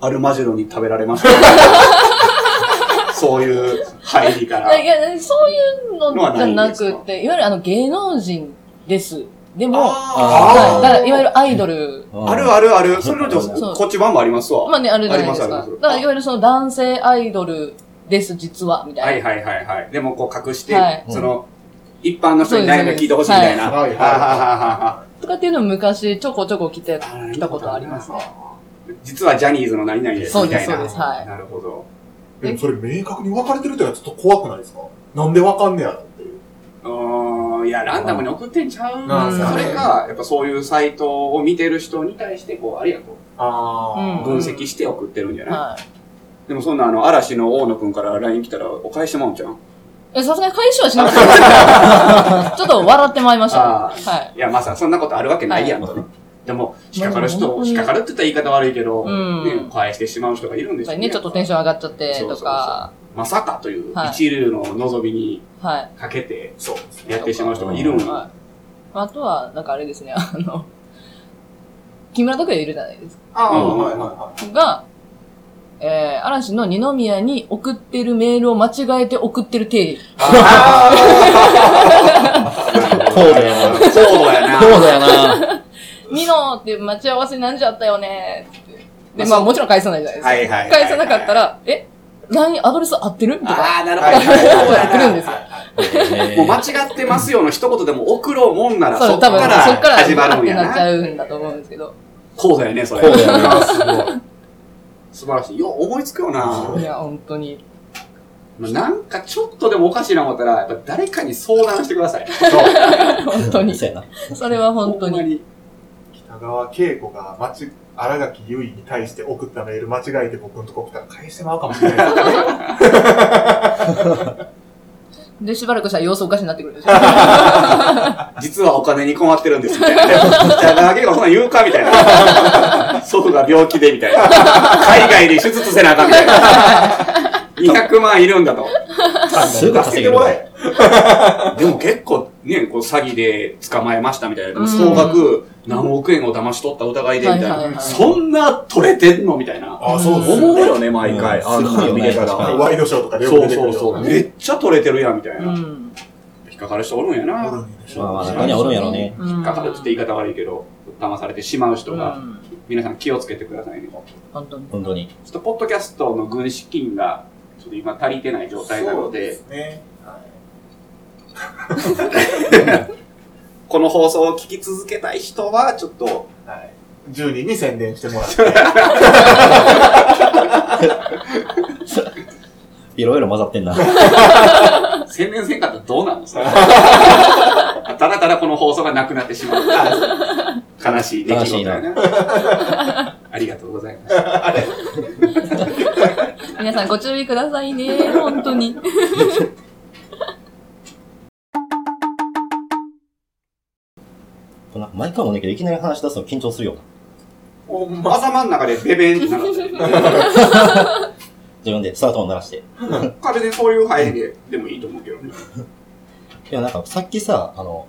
アルマジロに食べられま した。そういう入りから。
いや、そういうの
のは
じ
な
ゃ
いん
な
ですか
くて、いわゆるあの芸能人です。でも、は
あ
い、
ー
だからいわゆるアイドル。
ある
わ。
あるある。それの女
そう
こっち版もありますわ。
まあね、あるじゃないですか。
あ
だ
りますあります
からいわゆるその男性アイドルです、実は、みた
はいい
な。
はいはいはい。でもこう隠して、
はい
その、一般の人に悩みを聞いてほしいみたいな。
そうですそうです
は
はいい
は
はいい
は
とかっていうのを昔ちょこちょこ来て
いはい。
来たことありますね。
実はジャニーズの何々です
そう
み
で
た
す、
い
そう
な。
です。はい。
なるほど。
でもそれ明確に分かれてるってのはちょっと怖くないですかなんで分かんねやろっていう。
うーんいや、ランダムに送ってんちゃう
なん
すか
そ
ね
れか、やっぱそういうサイトを見てる人に対して、こう、ありがと
あ
う
あ
ん
う。分析して送ってるんじゃない、
はい。
でもそんな、あの、嵐の大野くんから LINE 来たら、お返してまうんちゃう
え、さすがに返しはしなか った。ちょっと笑ってまいりました。
あー
はい。
いや、まさ、そんなことあるわけないやんと。でも、引っかかる
まあでも
人、
本当に
引っかかるって言ったら言い方悪いけど、
うん
ね、返してしまう人がいるんで
やっ
す
ぱ
よ
り
ね。
ね、ちょっとテンション上がっちゃってとか、
まさかという
はい
一流の望みに
はい。
かけて
そう。
やってしまう人がいるんよ
はい。あとは、なんかあれですね、あの、木村拓哉いるじゃないです
ああ、
うん
はいはいは
か。が、えー、嵐の二宮に送ってるメールを間違えて送ってる定理。
高
高度
度やな。
やな。
高度やな。
ニノって待ち合わせなんじゃったよねーって。で、まあもちろん返さないじゃないですか。
はいはいはいはい
返さなかったら、え ?LINE アドレス合ってると
あ
か、
あ、なる
はい
ほど。そうや
来るん
な
ですよ。
へー
もう間違ってますよの一言でも送ろうもんなら、
そ
そっ
う、
か
多分、
ら
そっから、
始ま
あ
る
っ
ん
て
や
なっち
な。
ゃうんだと思うんですけど。
高度やね、それ。
高度やな
すごい素晴らしい。よう思いつくよな。
いや、本当に。
まあなんかちょっとでもおかしいな思ったら、やっぱ誰かに相談してください。
本当に。
そうやな。
それは本当
ほんま
に。
に。
い。北川景子が間ち、荒垣結衣に対して送ったメール間違えて僕のとこ来たら返してまうかもしれないですね。
で、しばらくしたら様子おかしになってくるで しょ。は
実はお金に困ってるんですみたいなね。じゃあ、長けがそんなん言うかみたいな。祖父が病気でみたいな。海外に手術せなあかんみたいな。200万いるんだと。
すぐ稼げるわ。
でも結構ね、こう詐欺で捕まえましたみたいな。でも
うん
総額何億円を騙し取った疑い
い
でみたい
は
な。
いはい。
そんな取れてんのみたいな。
ああ、そうです
思うよね、毎回。
うん
あんな
す
の
ごいよね
見れたら。
確か
あの
に
ワイドショーとかでよく
そ
出
う
てく
そう
る
そ
よ
う。
うな
め
ね。
っちゃ取れてるやん、みたいうな。
ん。
引っかかる人おるんやな。
おる
引
んでしょ
まあまあ、中にはおるんやろうね。
引
っかかるって言い方悪いけど、騙されてしまう人が、皆さん気をつけてくださいね。
本当に。
本当に。
ちょっとポッドキャストの軍資金が、ちょっと今足りてない状態なので、
すね。はい
この放送を聞き続けたい人は、ちょっと、
はい。10人に宣伝してもらって。
いろいろ混ざってんな。
宣伝せんかったらどうなんの それただただこの放送がなくなってしまう。悲しい出来事だな。ありがとうございます。
皆さんご注意くださいね。本当に。
こんな毎回もねんけど、いきなり話し出すの緊張するよな。
おま、頭の中でベベンってなか った
自分でスタートを鳴らして。い
まあ別にそういう範囲ででもいいと思うけどね。
や、なんかさっきさ、あの、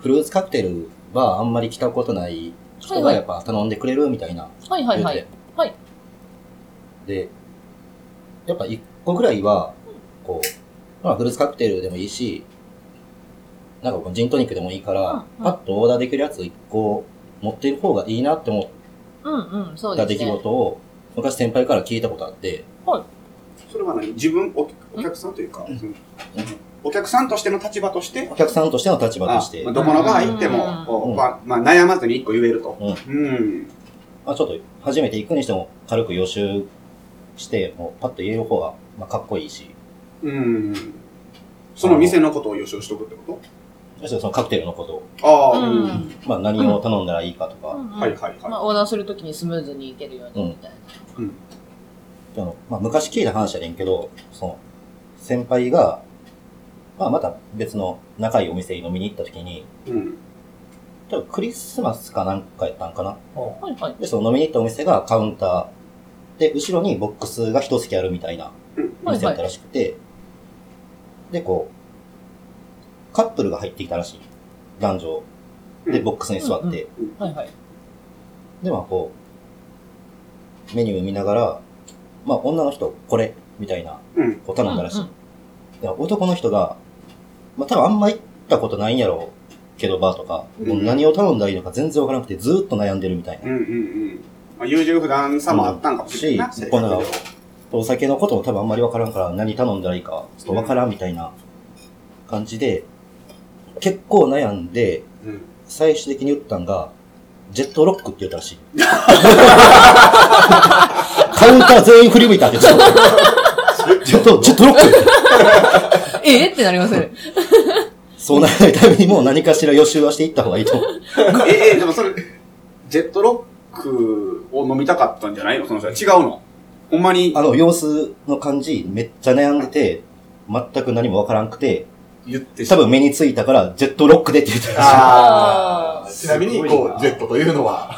フルーツカクテルはあんまり来たことない人
は
が
いは
やっぱ頼んでくれるみたいな。
はいはいはい。はい。
で、やっぱ一個ぐらいは、こう、まあフルーツカクテルでもいいし、なんかこうジントニックでもいいから、
うん
パッとオーダーできるやつ一個持ってる方がいいなって思
うんうん、そ
っ
う
た
で
出
す
来
ね。
事を、昔先輩から聞いたことあって、
それは何自分お、お客さんというか、そのお客さんとしての立場として、
お客さんとしての立場として、
あまあどこのが入って
うん
も、こ
う
うんまあまあ、悩まずに一個言えると。
う
うん。
まあ、ちょっと初めて行くにしても軽く予習して、もうパッと言える方がまあかっこいいし、
うん。その店のことを予習しとくってこ
むしろそのカクテルのこと
とああ、
う
うんん。
まあ何を頼んだらいいかとか、
うんうん
はいはいはい。
まあ、オーダーするときにスムーズにいけるようにみたいな。
あのまあ、昔聞いた話やねんけど、その、先輩が、まあ、また別の仲いいお店に飲みに行った時に、
うん。
多分クリスマスかなんかやったんかな。
はいはい。
で、その飲みに行ったお店がカウンターで、後ろにボックスが一席あるみたいなお店だったらしくて、で、こう、カップルが入ってきたらしい。男女。で、
うん
ボックスに座って。
うんうんはいはい。
で、まあこう、メニュー見ながら、まあ女の人、これ、みたいな
うん、
こう頼んだらしい。で男の人が、まあ多分あんま行ったことないんやろうけど、バーとか、
うん
もう何を頼んだらいいのか全然わからなくて、ずーっと悩んでるみたいな。
うんうんうん。まあ、優柔不断さもあったんかもしれないな。
し
性格上
こんなお酒のことも多分あんまりわからんから、何頼んだらいいか、ちょっとわからんみたいな感じで、結構悩んで、
うん
最終的に言ったんが、ジェットロックって言ったらしい。カウンター全員振り向いたって言ってた。 ジェット、ジェットロック
えーってなりますね。
そうならないためにもう何かしら予習はしていった方がいいと思う。
え、え、でもそれ、ジェットロックを飲みたかったんじゃないのその人は違うの。ほんまに
あの、様子の感じ、めっちゃ悩んでて、全く何もわからんくて、
言って
多分目についたから、ジェットロックでって言ってたらしい。
ああ。
ちなみに、こう、ジェットというのは、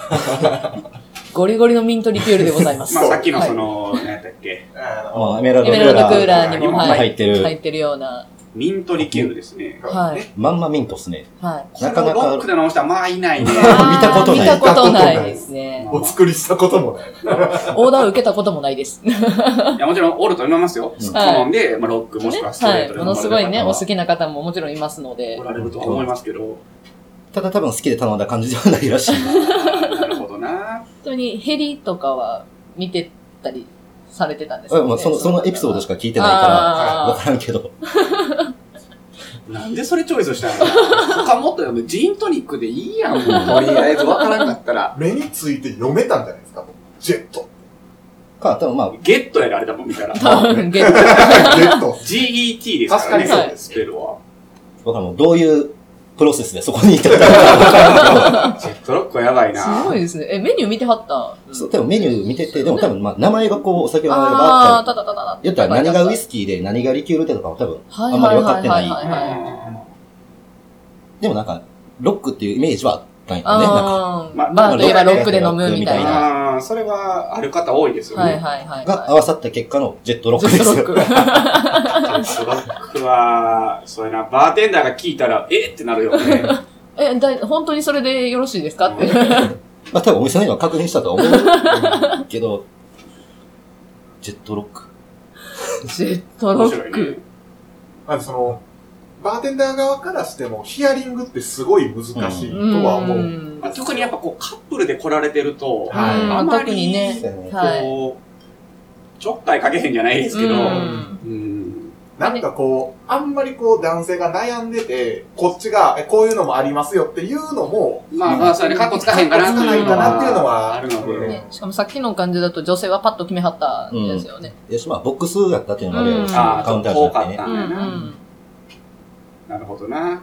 ゴリゴリのミントリキュールでございます。
まあさっきのそ
は
の、何やったっけ、
あ
まあ、エメラル
い、
ド
エ
ク
メラ
ー
ルド
ラ
クー
ー、
ラーにも、
今
はい、
入ってる
入ってるような。
ミントリキュールですね。
の
はい。
まんまミントっすね。
はい。
なかな
ロッ
か
ク、で飲む人はまあいないね。
見たことない
見たことないですね。
お作りしたこともない。
オーダーを受けたこともないです。
いや、もちろん、オールと飲みますよ。
うん
好んで、まあ、ロックもしくはスト
は
レー
い。
トで飲
も
まれ
のす
る
ごいね、
方
お
は
好きな方ももちろんいますので
お。られるとは思いますけど。
ただ多分好きで頼んだ感じではないらしい。
なるほどな。
本当にヘリとかは見てたりされてたんです
う
よ
んまあ、
ね。
その、そのエピソードし
か
か聞いてないから、わ
あ
からんけど。
なんでそれチョイスしたんやろ他もっと読む。ジントニックでいいやん、もう。とりあえず、わからんかったら。
目について読めたんじゃないですか、もうジェット。
か、多分まあ、
ゲットやで、あれだもん、見たら。
ー 多分、ゲット。
ジェット。
GET ですから
確か
ね。。
にそう
です
スペルは。
僕はもうどういうプロセスでそこに行ったか。
ジェットロックはやばいな。
すごいですね。え、メニュー見てはったん
そう、多分メニュー見てて、でも多分まあ、名前がこう、お酒の名前が
ああ
あ
ー、
った
たたたたた。
り。言ったら何がウイスキーで何がリキュールでとかも多分、
はい
あんまり分かってない
はいはいはいはい
でもなんか、ロックっていうイメージはあったんやね。なんか
あー
まあ
バーといえばロックで飲むみたいな。
ああ、それは、ある方多いですよ
はいはい
ね。
はいはい。
が合わさった結果のジェットロックです
ジェットロック。
ジェットロックは、そうやな、バーテンダーが聞いたら、えってなるよ ね。
え、だい本当にそれでよろしいですかって。
まあ多分お店の人は確認したとは思うけど、ジェットロック。
ジェットロ
面白
ッ
い
ク。
ね。
まずその、バーテンダー側からしても、ヒアリングってすごい難しいとは思う。
ん
まあ特にやっぱこう、カップルで来られてると、
はい
うん
あんまり
特にね。はい。
こう、ちょっかいかけへんじゃないですけど、
うん
うん
なんかこう、あんまりこう男性が悩んでて、こっちが、えこういうのもありますよっていうのも、
まあまあ、それでカッコつかへんかな
つかないかなっていうのは
あるの
うん
で、
ねしかもさっきの感じだと女性はパッと決めはったんですよね。
よし、まあ、ボックスやったっていうのもあるやろうし、
うん
ああ、
カウンター
ち
じ
ょ
ゃ
っと遠か
なくて
っ
ね
た。
うん
んや
う
な。
ん。
なるほどな。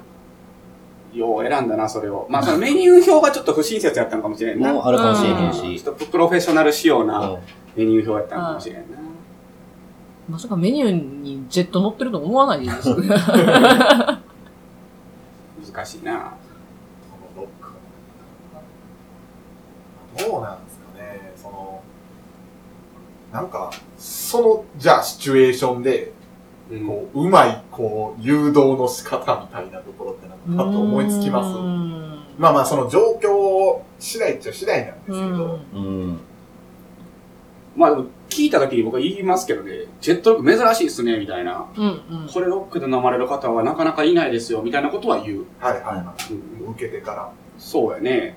よう選んだな、それを。まあ、そのメニュー表がちょっと不親切やったんかもしれんな。
もうあるかもしれへん
ちょ
し
っ。とプロフェッショナル仕様な
うん
メニュー表やったんかもしれんな。
まさかメニューにジェット乗ってると思わないですよね。
難しいな。
そのロックどうなんですかね、その、なんか、その、じゃあシチュエーションで、
うん
こう、うまい、こう、誘導の仕方みたいなところってなんか、パッと思いつきます。
うん
まあまあ、その状況次第っちゃ次第なんですけ
う
ど、
ん。
うん。
まあ、でも聞いた時に僕は言いますけどね、ジェットロック珍しいっすね、みたいな。
うんうん。
これロックで飲まれる方はなかなかいないですよ、みたいなことは言う。
はいはいは
うん
い。受けてから。
そうやね。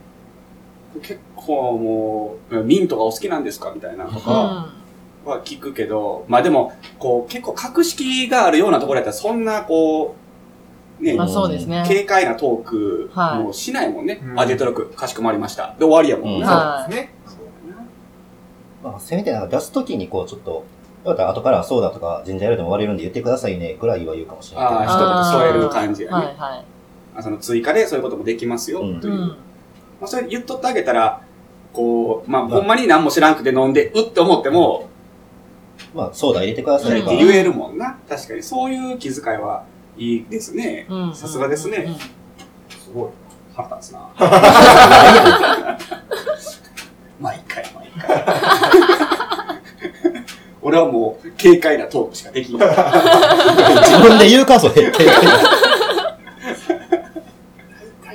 結構もう、ミントがお好きなんですかみたいなと
う
か、
ん。
は聞くけど、まあでも、こう、結構格式があるようなところやったら、そんな、こう、ね、
まあそうですね。
軽快なトーク、
はい
もうしないもんね。
うん
あ、デトロック、かしこまりました。で、終わりやもんね。
うん
はい。
ね。
まあ、せめてなんか出すときにこう、ちょっと、だったら後からそうだとか、全然やるでも終われるんで言ってくださいね、ぐらいは言うかもしれない
ああ、一言添える感じやね。
はいは
あその追加でそういうこともできますよ、
うん
い。
と
う
いう。
ん。
まあ、それ言っとってあげたら、こう、まあ、
ん
ほんまに何も知らんくて飲んで、うって思っても、
けど。まあ、そうだ、入れてくだ
そ
さ
れ
い
っ
か
て。言えるもんな。確かに、そういう気遣いはいいですね。
うん。
さすがですね
うん。
すごい。
腹立つな。 毎回毎回。 俺はもう、軽快なトークしかできない。
自分で言うか、それって。
大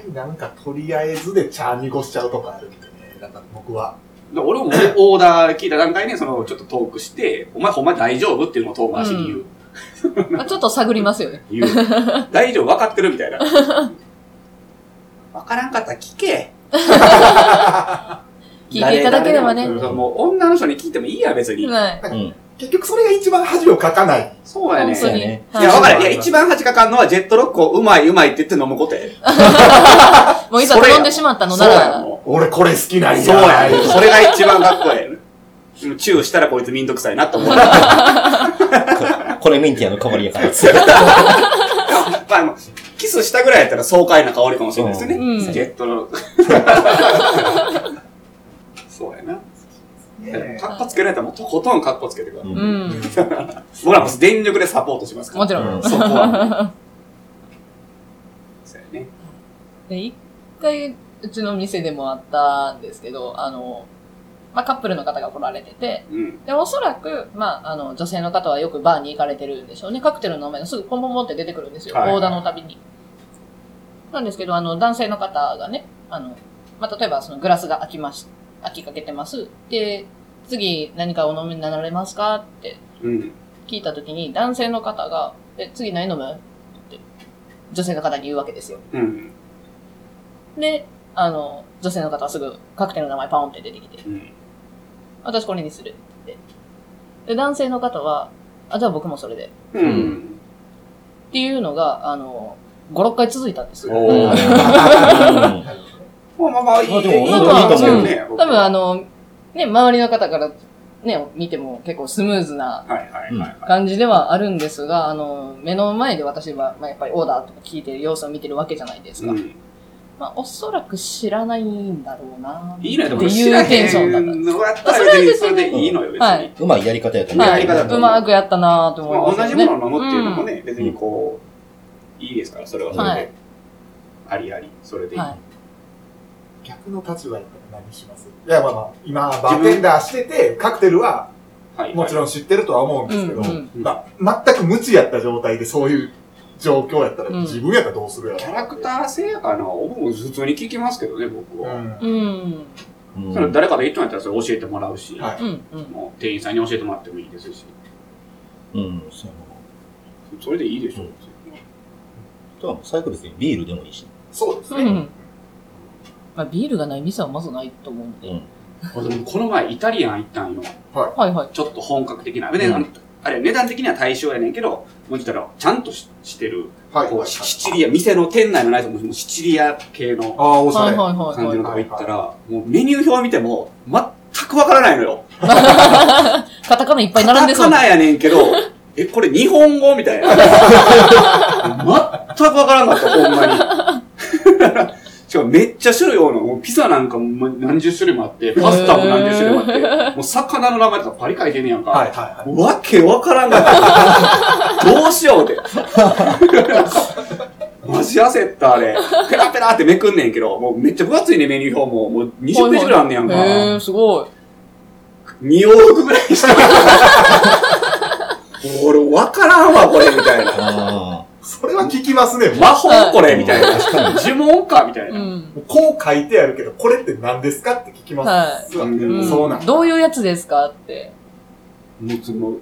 体なんかとりあえずで茶濁しちゃうとかあるんでね。なんか僕は。
で俺もオーダー聞いた段階で、その、ちょっとトークして、お前ほんま大丈夫っていうのを遠回しに言う。
まあちょっと探りますよね。
言う。大丈夫分かってるみたいな。分からんかったら聞け。
聞いていただければね
誰でももう女の人に聞いてもいいや、別に。
はい。
うん。
結局それが一番恥をかかない。
そうや
本
ね。
当
そう
い
に
やね。
や、分
は
かる。いや、一番恥かかんのはジェットロックをうまいうまいって言って飲むことや。
い。もういざ頼んでしまったの
そ
な
うや
ら、
も
俺これ好きなん
ん。
や。
そうやねん。それが一番かっこええ。でもチューしたらこいつめんどくさいな と思う。まあ
これミンティアの代わりやから。
あの、キスしたぐらいやったら爽快な香りかもしれないですね。
うん
ジェットロック。そうやな。カッコつけられたらもうとことんカッコつけてください。
う。
うんん。
僕らも全力でサポートしますから。
もちろ
うん
ん。
そこ は。そうやね。
で、一回、うちの店でもあったんですけど、あの、まあ、カップルの方が来られてて、
うん。
で、おそらく、まあ、あの、女性の方はよくバーに行かれてるんでしょうね。カクテルの名前がすぐポンポンポンって出てくるんですよ。
はい
オーダーのたびに。なんですけど、あの、男性の方がね、あの、まあ、例えばそのグラスが空きまし、空きかけてます。で、次何かお飲みになられますかって
うん。
聞いたときに、男性の方が、え、次何飲むって、女性の方に言うわけですよ。
うん。
で、あの、女性の方はすぐカクテルの名前パオンって出てきて、
うん。
私これにするって。で、男性の方は、あ、じゃあ僕もそれで。
うん。
っていうのが、あの、5、6回続いたんですよ。
おー。
うん
まあまあまあ、いい
まあでも
いいいい
なんか
と思う
う
ね。
多分あ
の、
の、ね、周りの方からね、見ても結構スムーズな
はいはいはいはい。
感じではあるんですが、あの、目の前で私は、まあ、やっぱりオーダーとか聞いてる様子を見てるわけじゃないですか。
うん
まあ、おそらく知らないんだろうな。
いいのよ、で
っ
も
て
知
い
ら
うテンションだ
へ
ったん
ん
です。
のやったら別にそれでいいのよ、別
は
に
いう
まいやり方やと思う。
はりい方だと思
うまくやったなぁと思い
ま
ま
あ。
す、ね。
同じものを飲むっていうのも
ね。
ね、別にこう、いいですから、それはそ
は
れ
い
で。ありあり、それでいい。
はい
逆の立場やったら何しますいや、まあまあ、今、バーテンダーしてて、カクテルは
はい
もちろん知ってるとは思うんですけど、
うんうん
まあ、全く無知やった状態でそういう状況やったら、
うん
自分やったらどうするやろ
キャラクター性やからな、僕も普通に聞きますけどね、僕
う
は。
ん。
うん。
うん
それ誰かが言っとんやったらそれ教えてもらうし、
はい
うん。うん。
もう店員さんに教えてもらってもいいですし、
うん、そうや
それでいいでしょう。
うんな。とはもう最後別にビールでもいいし。
そうです
う
ね。
ん。まあ、ビールがない店はまずないと思うんで。
うん。
俺でもこの前イタリアン行ったんよ。
はいはい。
ちょっと本格的な。であのあれ、値段的には対象やねんけど、もう言ったら、ちゃんとししてる、
はい。
こ
は
う、
い
シシチリア、店の店内のライトももうシチリア系の
ああ、おしゃ
はい
れ。
はいはい
感
はい。
じのとこ行ったら、もうメニュー表見ても、全くわからないのよ。
カタカナいっぱい
カ
並んで
タ
そ
カ
う。
ナやね んけど、え、これ日本語みたいな。全くわからんかった、ほんまに。しかもめっちゃ種類多いの。もうピザなんかも何十種類もあって、パスタも何十種類もあって、もう魚の名前とかパリ書いてんねやんか。
はいはいはい。
わけわからん かった。どうしようって。マジ焦った、あれ。ペラペラってめくんねんけど、もうめっちゃ分厚いね、メニュー表も。もう20ページぐらいあんねやんか。
へえ、すごい。
2往復ぐらいした。俺、わからんわ、これ、みたいな。
あ
それは聞きますね。も
魔法これ、みたいな。呪文か、みたいうな。
ん。
うこう書いてあるけど、これって何ですかって聞きますわ。
はい
うんそうなんだ。
どういうやつですかって。
もうその、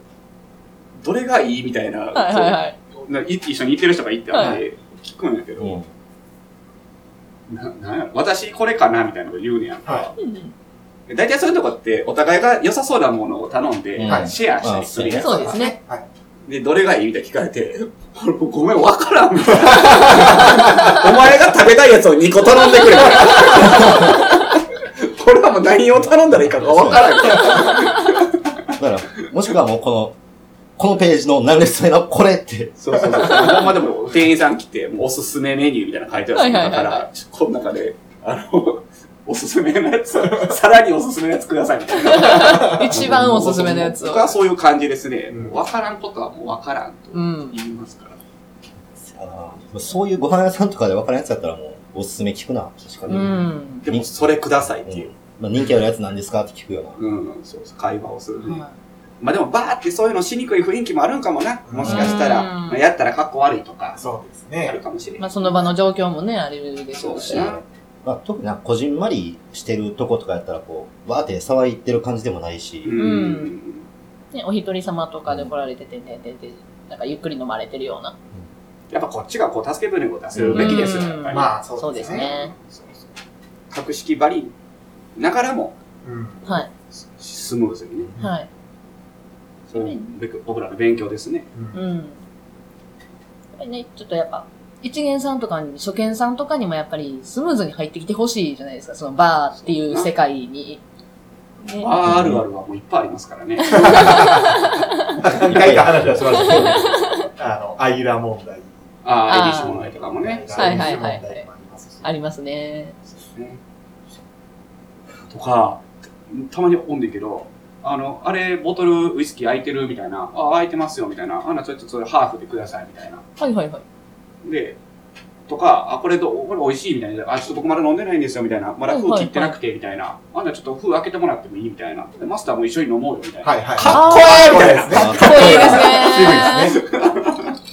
どれがいいみたいな。
はいはいはい。
ない一緒に行ってる人がいて、
は
聞くんやけ
あ。
ど、
うん。
ななんやろ私これかなみたいなこと言うねやんか。
は
うん
大体そういうとこって、お互いが良さそうなものを頼んで、
うん
シェアしたりするやん
あ
そうですね。
で、どれがいいみたいな聞かれ て、俺ごめん、わから ん。みたいなお前が食べたいやつを2個頼んでくれ。これはもう何を頼んだらいいかがわからん。
だから、もしくはもうこの、このページの何列目のこれって、
そうそうそう。ほんまでも、店員さん来て、もうおすすめメニューみたいなの書いてあるんですよ
はいはい
だか
はい
ら、ちょこの中で、あの、おすすめのやつ、さらにおすすめのやつくださいみたいな。
一番おすすめのやつを
僕。はそういう感じですね。
うん
わからんことはもうわからんと
うん。
言いますから。
あのそういうご飯屋さんとかで分からんやつだったらもう、おすすめ聞くな。確か
う
に。うん
ん。
でも、それくださいっていう。
まあ、人気あるやつなんですかって聞くような。
うん、そうそう、会話をする。
は
まあでも、バーってそういうのしにくい雰囲気もあるんかもな。もしかしたら、
うん
まあ、やったら格好悪いとか、
そうです
ある
ね。
かもしれ
い
な
ま
い。
あ、その場の状況もね、あるでしょ
そう
う
し
し。
な。
まあ、特になんかこじんまりしてるとことかやったら、こう、わーって騒いでる感じでもないし、
うん
んね、お一人様とかで来られてて、ててて、なんかゆっくり飲まれてるような。
やっぱこっちがこう、助け舟を出せるべきですよ、やっぱり。
まあ、そ
そう
うで
ですす
ね。
ね。
そうそう格式ばりながらも、
うん
はい。
スムーズにね。
はい。
それもべく僕らの勉強ですね。
うん。やっぱりね、ちょっとやっぱ、一元さんとかに、初見さんとかにもやっぱりスムーズに入ってきてほしいじゃないですか、そのバーっていう世界に。ね、
あーあるあるはもういっぱいありま すからね。
何回か話はしましたけど、あの、アイラ問題。
ああ、エリシモナイとかもね。
はいはいはい
アイリス問題もありますし
ありますね。
ねとか、たまにおんねんけど、あの、あれ、ボトルウイスキー空いてるみたいな、あ、空いてますよみたいな、あんなちょっとそれハーフでくださいみたいな。
はいはいはい。
で、とか、あ、これどう、これ美味しいみたいな、あ、ちょっと僕まだ飲んでないんですよみたいな、まだ
はい
封
はい
切ってなくてみたいな、あんなちょっと封開けてもらってもいいみたいな、でマスターも一緒に飲もうよみたいな。
はいはい。
あー
みたいな
あ
かっこいいですね。
渋いですね。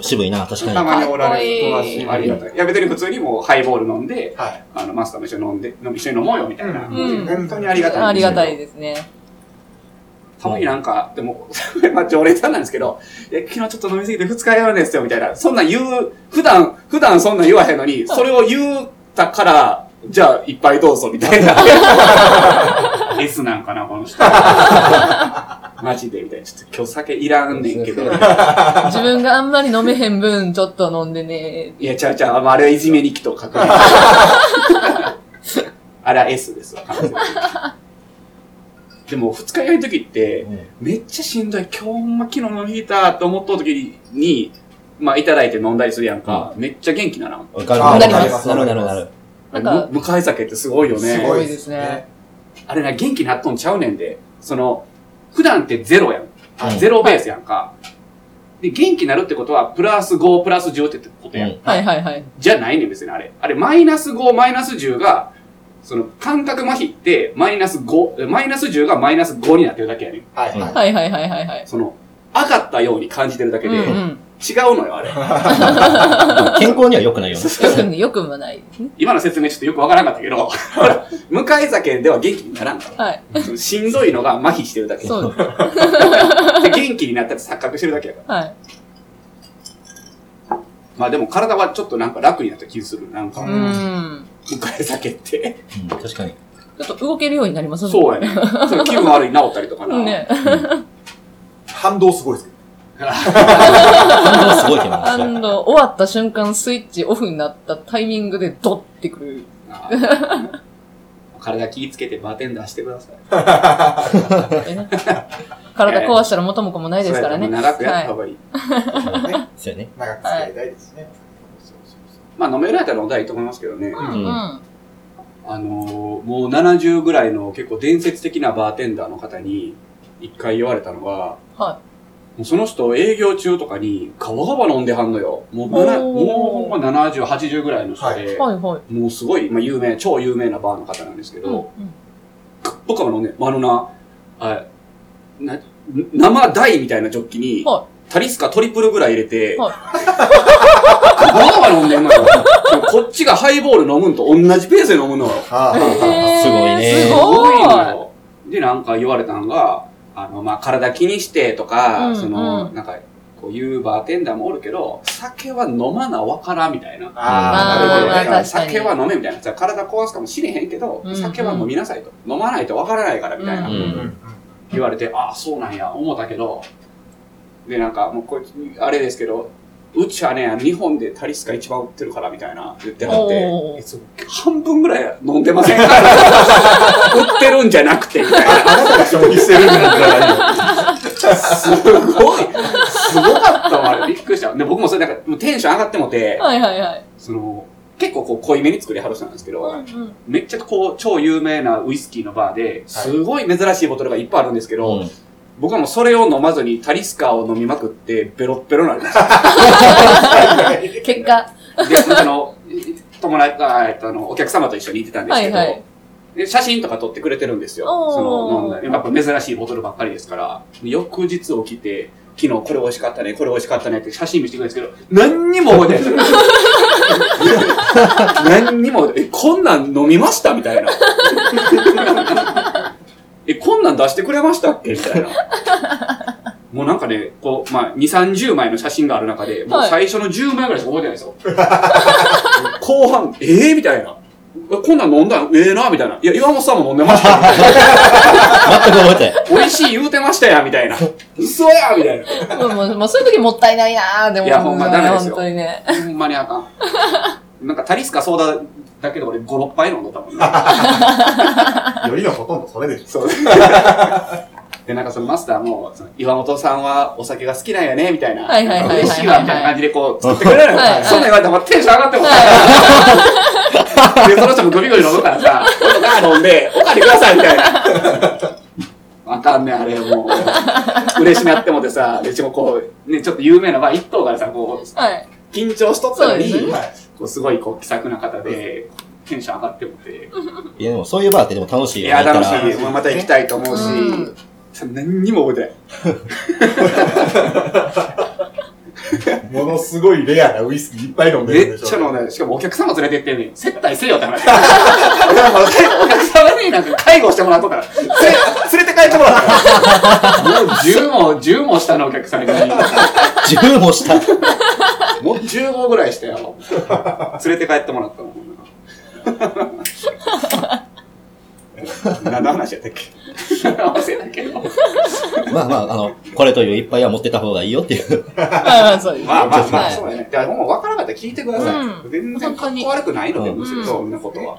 渋いな、確か
た
に。
まにおられる
かっこ
友
いい
達ありがたい。いや、別に普通にもうハイボール飲んで、
はい。
あの、マスターも一緒に飲んで、飲み一緒に飲もうよみたいな。
うん
本当にありがたい。
ありがたいですね。
たまになんか、でも、 まあ常連さんなんですけど、いや、昨日ちょっと飲みすぎて二日酔いなんですよ、みたいな。そんなん言う、普段、普段そんなん言わへんのに、それを言ったから、じゃあ、いっぱいどうぞ、みたいな。S なんかな、この人。マジで、みたいな。ちょっと今日酒いらんねんけど。
自分があんまり飲めへん分、ちょっと飲んでね。
いや、ちゃうちゃう、あのあれはいじめに来と書く。あれは S ですわ、完全にでも、二日酔いの時って、めっちゃしんどい。今日ほんま昨日飲み引いたと思った時に、まあ、いただいて飲んだりするやんか。めっちゃ元気ならん。
わかる
あ
ー
なる
わか
ります
なるなるなる。
なんか
む迎え酒ってすごいよ
す
ね。
ご
ごい
いで
ですす
ね
ね。
あれな、元気なっとんちゃうねんで。その、普段ってゼロやん。
うん
ゼロベースやんか。で、元気なるってことは、プラス5、プラス10ってことやん。
うん
はいはいはい。
じゃないねん、別にあれ。あれ、マイナス5、マイナス10が、その、感覚麻痺って、マイナス5、えマイナス10がマイナス5になってるだけやねん。
はいはい。
はいはいはいはいはい。
その、上がったように感じてるだけ
うん
で、違う
うん。
のよ、あ れ。
健康には良くないよね。
よ く、よくもない。
今の説明ちょっとよくわからなかった けど、ほら向かい酒では元気にならんか
はい。
ら。そのしんどいのが麻痺してるだけ。で
そうです。
元気になったって錯覚してるだけやから。
はい。
まあでも体はちょっとなんか楽になった気する。なんか、
う
うん。
向かい酒って。
うん、確かに。
ちょっと動けるようになります
そ うやね。その気分悪い治ったりとかな。
ね。
反動すごいですけ
反応すごいけどな
あ
それ
の、終わった瞬間スイッチオフになったタイミングでドッてくる。
あー体気ぃつけてバーテンダーしてください。
ね体壊したら元も子もないですからね。
そうや長くやった
は
方がいい。
どね。
そうやね。
長く使いたいですね。
まあ飲めるやったら飲んだらいいと思いますけどね。
い。うんうん。
あのーもう70ぐらいの結構伝説的なバーテンダーの方に一回言われたのが、
は
もうその人営業中とかにガバガバ飲んではんのよ。もう
お
なな
ー
もうほんま70、80ぐらいの人
い。
で、
はいはい。
もうすごい、まあ有名、超有名なバーの方なんですけ
うんう
ど、
ん
僕は飲んで、あのな、あな生大みたいなジョッキに、
は
タリスカトリプルぐらい入れて、
はい
ガバガバ飲んでんのよ。でもこっちがハイボール飲むんと同じペースで飲むのよ。
あ
い。へー
すごいね
す
すご
ご
い
い。
のよ。で、なんか言われたのが、あの、まあ、体気にしてとか、
うん
その、
う
なんか、こういうバーテンダーもおるけど、酒は飲まなわからんみたいな。
あーまあ確かに
酒は飲めみたいな。じゃあ体壊すかもしれへんけど、
うんうん
酒は飲みなさいと。飲まないとわからないからみたいな。
うん
うん
言われて、ああ、そうなんや、思ったけど、で、なんか、もうこいつ、あれですけど、うちはね、日本でタリスカ一番売ってるからみたいな言ってはって、
おー
半分ぐらい飲んでませんか 売ってるんじゃなくて、みたいな。
あなたが消費してるんだから、
すごい、すごかったわ、あれ。びっくりした。で、僕もそれ、なんか、もうテンション上がってもて、
はいはいはい。
その、結構こう濃いめに作りはる人なんですけど、
うんうん
めっちゃこう超有名なウイスキーのバーで、すごい珍しいボトルがいっぱいあるんですけど、
うん
僕はもうそれを飲まずにタリスカを飲みまくってベロッベロになりました
結果。
で、その、友達、あえっとあの、お客様と一緒に行ってたんですけど、
はいはい
で写真とか撮ってくれてるんですよ。
おー
その、飲んだやっぱ珍しいボトルばっかりですから、翌日起きて、昨日これ美味しかったね、これ美味しかったねって写真見せてくれるんですけど、何にも覚えて ないです。何にも覚えてない、え、こんなん飲みましたみたいな。え、こんなん出してくれましたっけみたいな。 もうなんかね、こう、まあ、2、30枚の写真がある中で、もう
はい
最初の10枚ぐらいしか覚えてない ですよ。後半、ええみたいな。えこんなん飲んだんええなみたいな。いや、岩本さんも飲んでましたよ。
全く覚えてない。
美味しい言うてましたや、みたいな。 嘘やみたいな。
もう、もう、もうそういう時もったいないなーでも。
いやほんまダメですよ
本当にね。
ほんまにあかん。なんかタリスカソーダだけで俺5、6杯飲んどったもんね。
よりのほとんどそれでしょ。
そう。で、なんかそのマスターも、その岩本さんはお酒が好きなんやね、みたいな。
はいはいはいはいはい
嬉しいわ、みたいな感じでこう、作ってくれるのよ
はいはい
そんなん言われたらまあテンション上がってもさ。で、その人もゴリゴリ飲むからさ、おか飲んで、おかわりください、みたいな。わかんねえ、あれ、もう。嬉しなってもてさ、で、うちもこう、ね、ちょっと有名な、まあ一頭からさ、こう、
はい。
緊張しとったのに、
そうです
ね
こうすごいこう、気さくな方で、テンション上がってもて。
いや、でもそういうバーってでも楽しい
い
よ
や、楽し
だから
い。まあまた行きたいと思うし、
うん
何にも覚えて
ものすごいレアなウイスキーいっぱい飲ん
ない。
で
め
るで
っ
しょ。
ちゃ飲んでる。しかもお客様連れてってんねん。接待せよって 話。俺もお客様になんか介護してもらっとったから、せ連れて帰ってもらったから。もう10も、10もしたのお客さん に。
10もした。
もう10号ぐらいしてよ。連れて帰ってもらったもんな。 何の話やったっけ 忘れたけど。
まあまあ、あの、これといういっぱいは持ってた方がいいよっていう。
ああ、そうです。
まあまあま
は
あ、
い
そうだね。だからもう分からなかったら聞いてください。
うん
全然かっこ悪くないので、むしろそんなことは。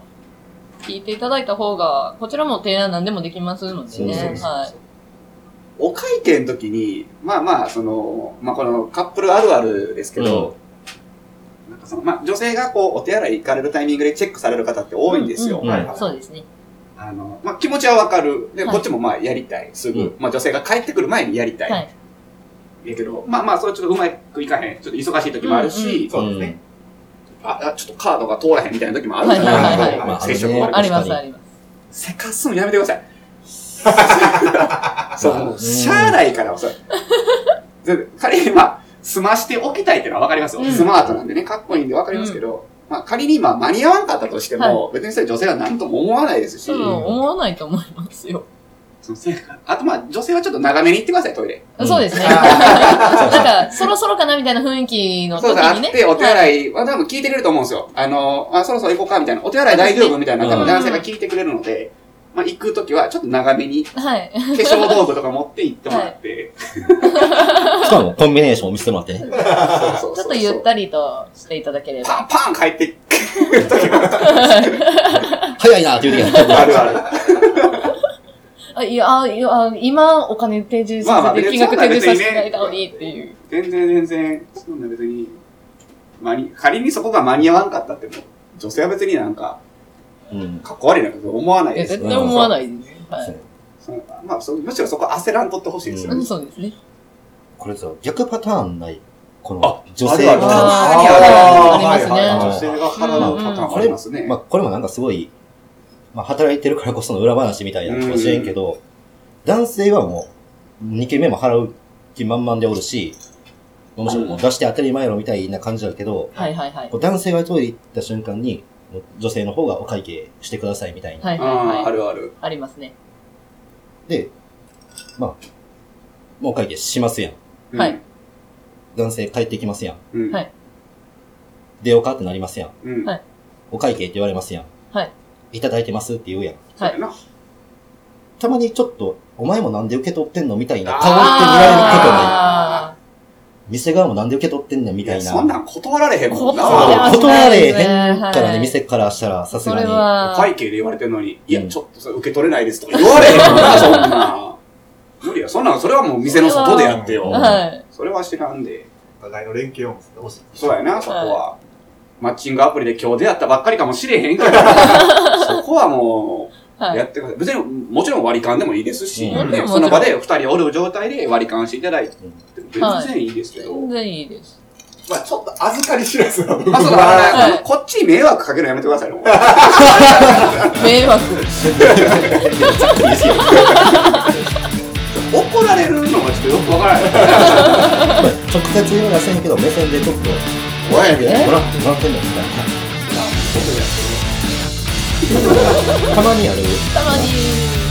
聞いていただいた方が、こちらも提案何でもできますので
そうそう
ね。
そ
はい。
お会計の時に、まあまあ、その、まあこのカップルあるあるですけど、なんかその、まあ女性がこう、お手洗い行かれるタイミングでチェックされる方って多いんですよ。
うん
うん
はい
そうですね。
あの、まあ気持ちはわかる。で、
はい
こっちもまあやりたい。すぐ。
うん
まあ女性が帰ってくる前にやりたい。
はい。
やけど、まあまあ、それちょっとうまくいかへん。ちょっと忙しい時もあるし、
そうですね。
あ、あちょっとカードが通らへんみたいな時もあるじ
はい
ゃな
はいいは
です
い
ま
か。
あ
接触もある
確
あ
か
り
に
ます、あります。
せかすのやめてくださ い。そう、もう
うん
しゃあないから、それ。で仮に、まあ、済ましておきたいっていうのはわかりますよ。
うん
スマートなんでね、かっこいいんでわかりますけど、まあ、仮に、まあ、間に合わんかったとしても、別にそれ女性は何とも思わないですし、
多分思わないと思いますよ。
そのせあと、まあ、女性はちょっと長めに行ってください、トイレ。
うん
そうですね。 なんか、そろそろかなみたいな雰囲気の
そう
時
そう、あっ
にね。
て、お手洗いは多分聞いてくれると思うんですよ。あの、あ、そろそろ行こうか、みたいな。お手洗い大丈夫みたいな、多分男性が聞いてくれるので、まあ、行くときは、ちょっと長めに、
はい。
化粧道具とか持って行ってもらって、
しかもコンビネーションを見せてもらってね。
そうそうそう
ち
そ
ょっ
う
とゆったりとしていただければ。
パンパン帰って
早いなっていう時は。
あるある。
あ、いや、あいやあ今お金提示
まあま
さ
あ
せて、金額提示させていただいたのにっていう。
全然全然、そんな別に、間に、仮にそこが間に合わんかったっても、女性は別になんか、
うん。
かっこ悪いなんか思わない
いや、
ですよ。
絶対思わないです。は
そう
い。
そのまあ、そむしろそこ焦らんとってほしいですよ
う
ね。
ん、そうですね。
これさ、逆パターンない。こ
あ
の女性
ある
が。
あ
ー
ありますね
あー
女性が払うパターンもありますね。
まあ、これもなんかすごい、まあ、働いてるからこその裏話みたいなのかもしれんけど、男性はもう、2件目も払う気満々でおるし、もちろんもう出して当たり前やろみたいな感じだけど、
はいはいはい
こ。う男性がトイレ行った瞬間に、もう女性の方がお会計してくださいみたいな。
はい
あ
はい
あー
は
あ
い。
るある。
ありますね。
で、まあ、もうお会計しますやん。
うん
はい。
男性帰ってきますやん。
うん
はい
出ようかってなりますやん。
うん
はい
お会計って言われますやん。
はい。
いただいてますって言うやん。
はい
そうやな
たまにちょっと、お前もなんで受け取ってんのみたいな顔って見られることない。
あ
店側もなんで受け取ってんねんみ
い
た
や
いな。
そんなん断られへん
ー
もんな。
断
お
ら断れへんから
は
ね、
い
店からしたらさす
そ
が
れ
に。
は、
会計で言われてんのに、いや
う、ん
ちょっとそれ受け取れないですとか言われへんもんな、そんなん。無理や、そんなん、それはもう店の外でやって
それ
よ。
はい。
それは知らんで。
お互いの連携を結んでほしい。
そうやな、そこは。マッチングアプリで今日出会ったばっかりかもしれへんけど、そこはも
は
う、や
い。
ってください。別に、もちろん割り勘でもいいですし、
う
も
ね
ん
ちろん
その場で二人おる状態で割り勘していただいて、全然いいですけど。
全然いいです。
まあちょっと預かり知らずな部分
まあ、そうだ
は
からね、
はい
このこっちに迷惑かけるのやめてくださいよ。
迷惑。
怒られるのがちょっとよくわからない。
直接言うのはせんけど、目線でちょっと、おい、ほら、もらってんのみ たいな。たまにある。
たまに。